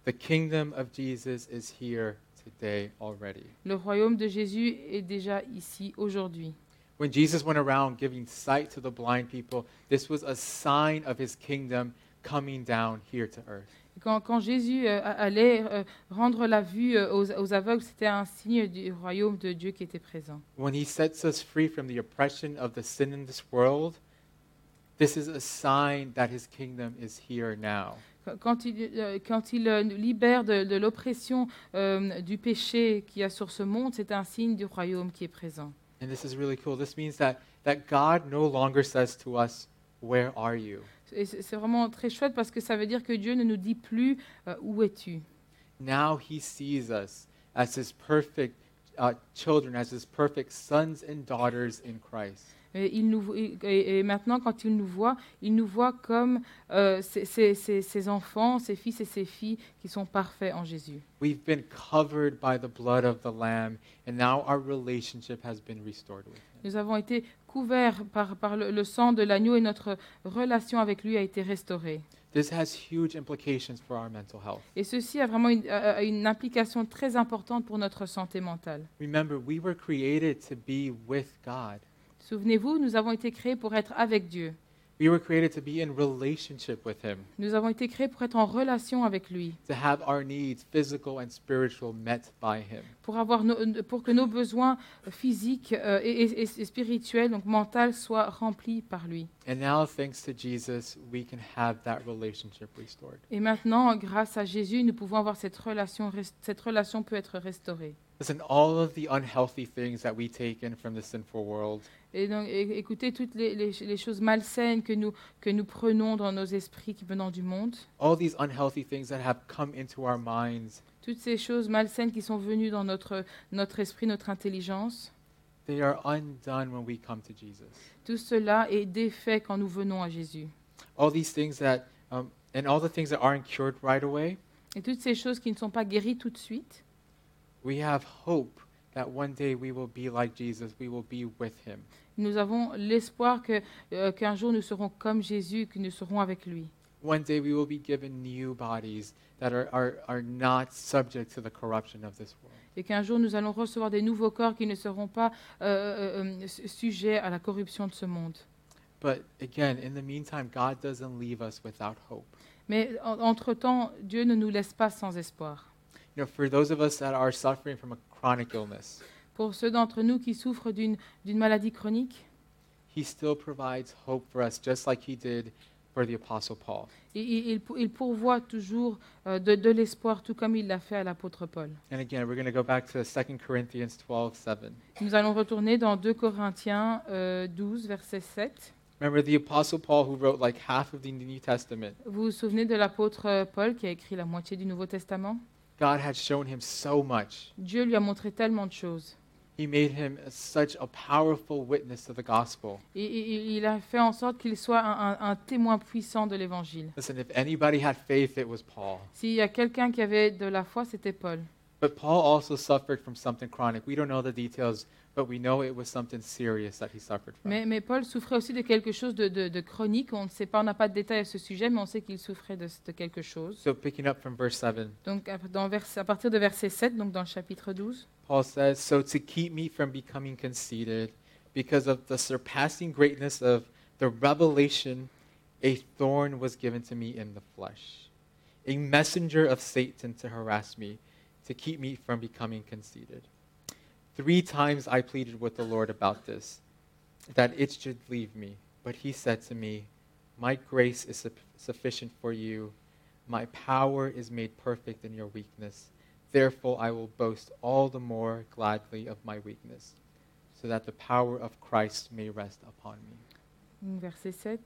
A: The kingdom of Jesus is here today already.
B: Le royaume de Jésus est déjà ici aujourd'hui.
A: When Jesus went around giving sight to the blind people, this was a sign of his kingdom coming down here to earth.
B: Quand, quand Jésus euh, a- allait euh, rendre la vue euh, aux, aux aveugles, c'était un signe du royaume de Dieu qui était présent.
A: When he sets us free from the oppression of the sin in this world, this is a sign that his kingdom is here now.
B: Quand- Quand il, euh, quand il euh, nous libère de, de l'oppression euh, du péché qu'il y a sur ce monde, c'est un signe du royaume qui est présent.
A: And this is really cool. This means that, that God no longer says to us, Where are you?
B: Et c'est c'est vraiment très chouette parce que ça veut dire que Dieu ne nous dit plus euh, où es-tu.
A: Now he sees us as his perfect uh, children, as his perfect sons and daughters in Christ.
B: Et, il nous, et, et- et maintenant, quand il nous voit, il nous voit comme euh, ses- ses- ses- ses enfants, ses fils et ses filles qui sont parfaits en Jésus.
A: We've been covered by the blood of the Lamb, and now our relationship has been restored with Him.
B: Nous avons été couverts par, par le, le sang de l'agneau et notre relation avec lui a été restaurée.
A: This has huge implications for our mental health.
B: Et ceci a vraiment une, a- a une implication très importante pour notre santé mentale.
A: Remember, we were created to be with God,
B: Souvenez-vous, nous avons été créés pour être avec Dieu.
A: we were created to be in relationship with Him.
B: Nous avons été créés pour être en relation avec lui,
A: to have our needs, physical and spiritual, met by Him.
B: pour, avoir nos- pour que nos besoins physiques euh, et, et- et spirituels, donc mentaux, soient remplis par lui.
A: And now, thanks to Jesus, we can have that relationship restored.
B: Et maintenant, grâce à Jésus, nous pouvons avoir cette relation, rest- cette relation peut être restaurée.
A: Listen, all of the unhealthy things that we take in from the sinful world,
B: Et donc, é- écoutez toutes les, les ch- les choses malsaines que nous, que nous prenons dans nos esprits qui venant du monde,
A: all these unhealthy things that have come into our minds,
B: toutes ces choses malsaines qui sont venues dans notre, notre esprit, notre intelligence,
A: they are undone when we come to Jesus.
B: tout cela est défait quand nous venons à Jésus.
A: All these things that, um, and all the things that aren't cured right away,
B: Et toutes ces choses qui ne sont pas guéries tout de suite,
A: we have hope that one day we will be like Jesus, we will be with Him.
B: nous avons l'espoir que, euh, qu'un jour nous serons comme Jésus, que nous serons avec lui.
A: One day we will be given new bodies that are, are, are not subject to the corruption of this world.
B: Et qu'un jour nous allons recevoir des nouveaux corps qui ne seront pas euh, euh, euh, su- sujets à la corruption de ce monde.
A: But again, in the meantime, God doesn't leave us without hope.
B: Mais en- entre-temps, Dieu ne nous laisse pas sans espoir.
A: You know, for those of us that are suffering from a chronic illness,
B: Pour ceux d'entre nous qui souffrent d'une d'une maladie chronique,
A: He still provides hope for us, just like He did for the Apostle Paul.
B: il, il- il pour- il pourvoit toujours euh, de, de l'espoir, tout comme il l'a fait à l'apôtre Paul.
A: And again, we're going to go back to 2 Corinthians 12 7.
B: Nous allons retourner dans 2 Corinthiens euh, 12, verset 7.
A: Remember the Apostle Paul who wrote like half of the New Testament.
B: Vous vous souvenez de l'apôtre euh, Paul qui a écrit la moitié du Nouveau Testament
A: God had shown him so much.
B: Dieu lui a montré tellement de choses.
A: He made him such a powerful witness to the gospel.
B: Et, et- et il a fait en sorte qu'il soit un- un- un témoin puissant de l'Évangile.
A: Listen, if anybody had faith, it was Paul.
B: S'il y a quelqu'un qui avait de la foi, c'était Paul.
A: But Paul also suffered from something chronic. We don't know the details, but we know it was something serious that he suffered from.
B: Mais, mais Paul souffrait aussi de quelque chose de, de- de chronique. On ne sait pas, on n'a pas de détails à ce sujet, mais on sait qu'il souffrait de, de quelque chose.
A: So, picking up from verse 7,
B: Donc, à, dans vers- à partir de verset 7, donc dans le chapitre 12,
A: Paul says, So to keep me from becoming conceited, because of the surpassing greatness of the revelation, a thorn was given to me in the flesh, a messenger of Satan to harass me, to keep me from becoming conceited. Three times I pleaded with the Lord about this, that it should leave me. But he said to me, My grace is sup- sufficient for you. My power is made perfect in your weakness. Therefore, I will boast all the more gladly of my weakness, so that the power of Christ may rest upon me.
B: verset 7.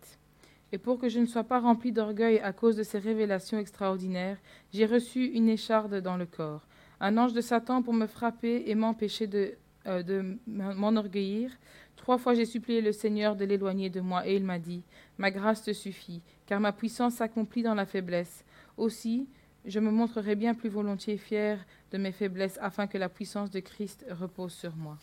B: Et pour que je ne sois pas rempli d'orgueil à cause de ces révélations extraordinaires, j'ai reçu une écharde dans le corps, un ange de Satan pour me frapper et m'empêcher de, euh, de m'en- m'enorgueillir. Trois fois j'ai supplié le Seigneur de l'éloigner de moi, et il m'a dit, Ma grâce te suffit, car ma puissance s'accomplit dans la faiblesse. Aussi, je me montrerai bien plus volontiers fier de mes faiblesses, afin que la puissance de Christ repose sur moi.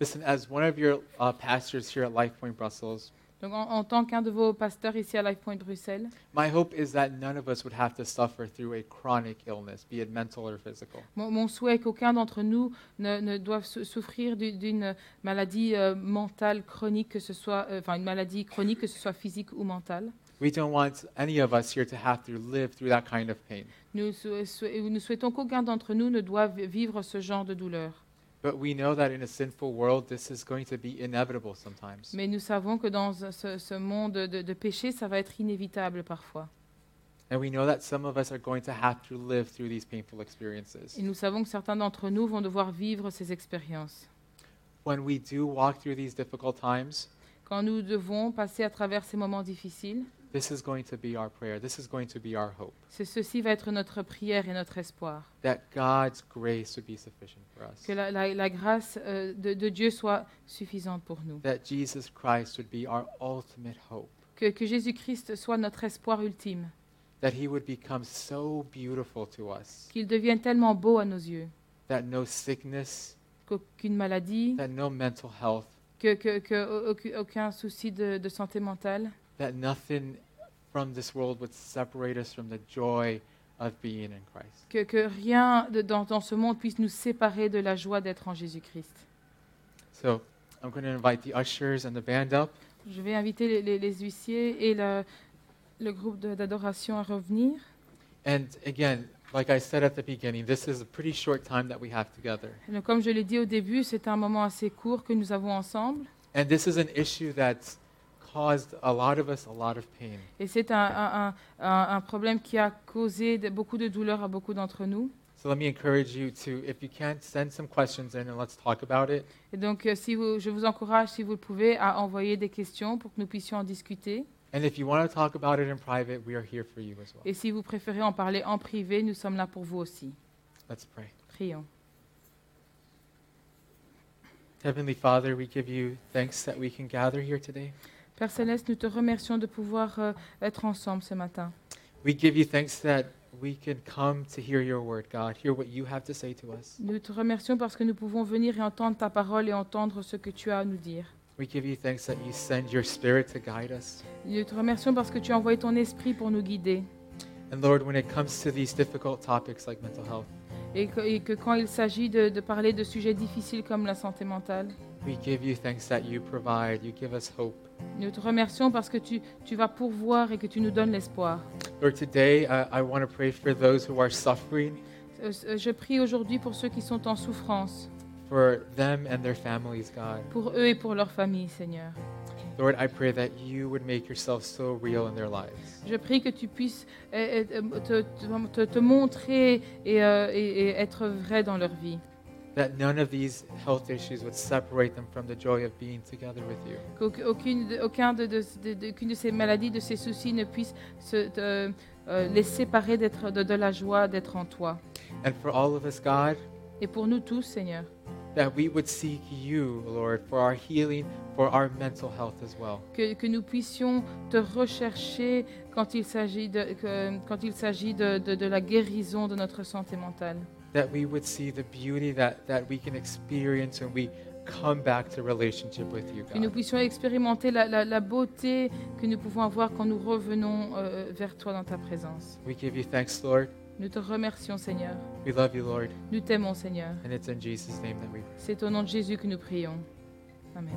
A: Listen, as one of your uh, pastors here at LifePoint Brussels,
B: Donc en, en tant qu'un de vos pasteurs ici à LifePoint Bruxelles,
A: my hope is that none of us would have to suffer through a chronic illness, be it mental or physical.
B: Mon, mon souhait est qu'aucun d'entre nous ne, ne doive sou- souffrir du- d'une maladie euh, mentale chronique, que ce soit, euh, enfin une maladie chronique, que ce soit physique ou mentale.
A: We don't want any of us here to have to live through that kind of pain.
B: Nous, sou- sou- nous souhaitons qu'aucun d'entre nous ne doive vivre ce genre de douleur.
A: But we know that in a sinful world, this is going to be inevitable sometimes.
B: Mais nous savons que dans ce, ce monde de, de péché, ça va être inévitable parfois.
A: And we know that some of us are going to have to live through these painful experiences.
B: Et nous savons que certains d'entre nous vont devoir vivre ces expériences.
A: When we do walk through these difficult times,
B: Quand nous devons passer à travers ces moments difficiles,
A: This is going to be our prayer. This is going to be our hope.
B: C'est- Ceci va être notre prière et notre espoir.
A: That God's grace would be sufficient for us.
B: Que la, la- la grâce euh, de, de Dieu soit suffisante pour nous.
A: That Jesus Christ would be our ultimate hope.
B: Que, que Jésus-Christ soit notre espoir ultime.
A: That he would become so beautiful to us
B: Qu'il devienne tellement beau à nos yeux
A: that no sickness,
B: qu'aucune maladie,
A: that no mental health,
B: que, que- que au- aucu- aucun souci de, de santé mentale,
A: that nothing from this world would separate us from the joy of being in Christ.
B: que, que rien de- dans, dans ce monde puisse nous séparer de la joie d'être en Jésus-Christ.
A: So I'm going to invite the ushers and the band up.
B: Je vais inviter les, les- les huissiers et le, le groupe de- d'adoration à revenir.
A: And again, like I said at the beginning, this is a pretty short time that we have together.
B: Donc, comme je l'ai dit au début, c'est un moment assez court que nous avons ensemble.
A: And this is an issue that's caused a lot of us a lot of pain.
B: Et c'est un, un- un- un- un problème qui a causé de- beaucoup de douleur à beaucoup d'entre nous.
A: So let me encourage you to, if you can, send some questions in and let's talk about it.
B: Et donc, euh, si vous- je vous encourage, si vous le pouvez, à envoyer des questions pour que nous puissions en discuter.
A: And if you want to talk about it in private, we are here for you as well.
B: Et si vous préférez en parler en privé, nous sommes là pour vous aussi.
A: Let's pray.
B: Prions.
A: Heavenly Father, we give you thanks that we can gather here today.
B: Père Céleste, nous te remercions de pouvoir euh, être ensemble ce matin.
A: We give you thanks that we can come to hear your word, God, hear what you have to say to us.
B: Nous te remercions parce que nous pouvons venir et entendre ta parole et entendre ce que tu as à nous dire.
A: We give you thanks that you send your spirit to guide us.
B: Nous te remercions parce que tu as envoyé ton esprit pour nous guider.
A: And Lord, when it comes to these difficult topics like mental health,
B: Et que, et que quand il s'agit de, de parler de sujets difficiles comme la santé mentale,
A: we give you thanks that you provide, you give us hope.
B: nous te remercions parce que tu, tu vas pourvoir et que tu nous donnes l'espoir.
A: Lord, today uh, I want to pray for those who are suffering,
B: Euh, euh, Je prie aujourd'hui pour ceux qui sont en souffrance,
A: for them and their families, God.
B: pour eux et pour leur famille, Seigneur.
A: Lord, I pray that you would make yourself so real in their lives.
B: Je prie que tu puisses euh, euh, te, te- te montrer et, euh, et- et être vrai dans leur vie.
A: That none of these health issues would separate them from the joy of being together with you.
B: Qu'aucune de, aucun de, de, de- de- qu'une de ces maladies, de ces soucis ne puisse se, te- euh, les séparer d'être, de, de la joie d'être en toi.
A: And for all of us, God,
B: Et pour nous tous, Seigneur,
A: that we would seek you, Lord, for our healing, for our mental health as well.
B: que, que nous puissions te rechercher quand il s'agit de, que- quand il s'agit de, de- de la guérison de notre santé mentale.
A: That we would see the beauty that, that we can experience when we come back to relationship with you,
B: Que nous
A: God.
B: puissions expérimenter la, la- la beauté que nous pouvons avoir quand nous revenons euh, vers toi dans ta présence.
A: We give you thanks, Lord.
B: Nous te remercions, Seigneur.
A: We love you, Lord.
B: Nous t'aimons, Seigneur.
A: And it's in Jesus' name that we pray.
B: C'est au nom de Jésus que nous prions. Amen.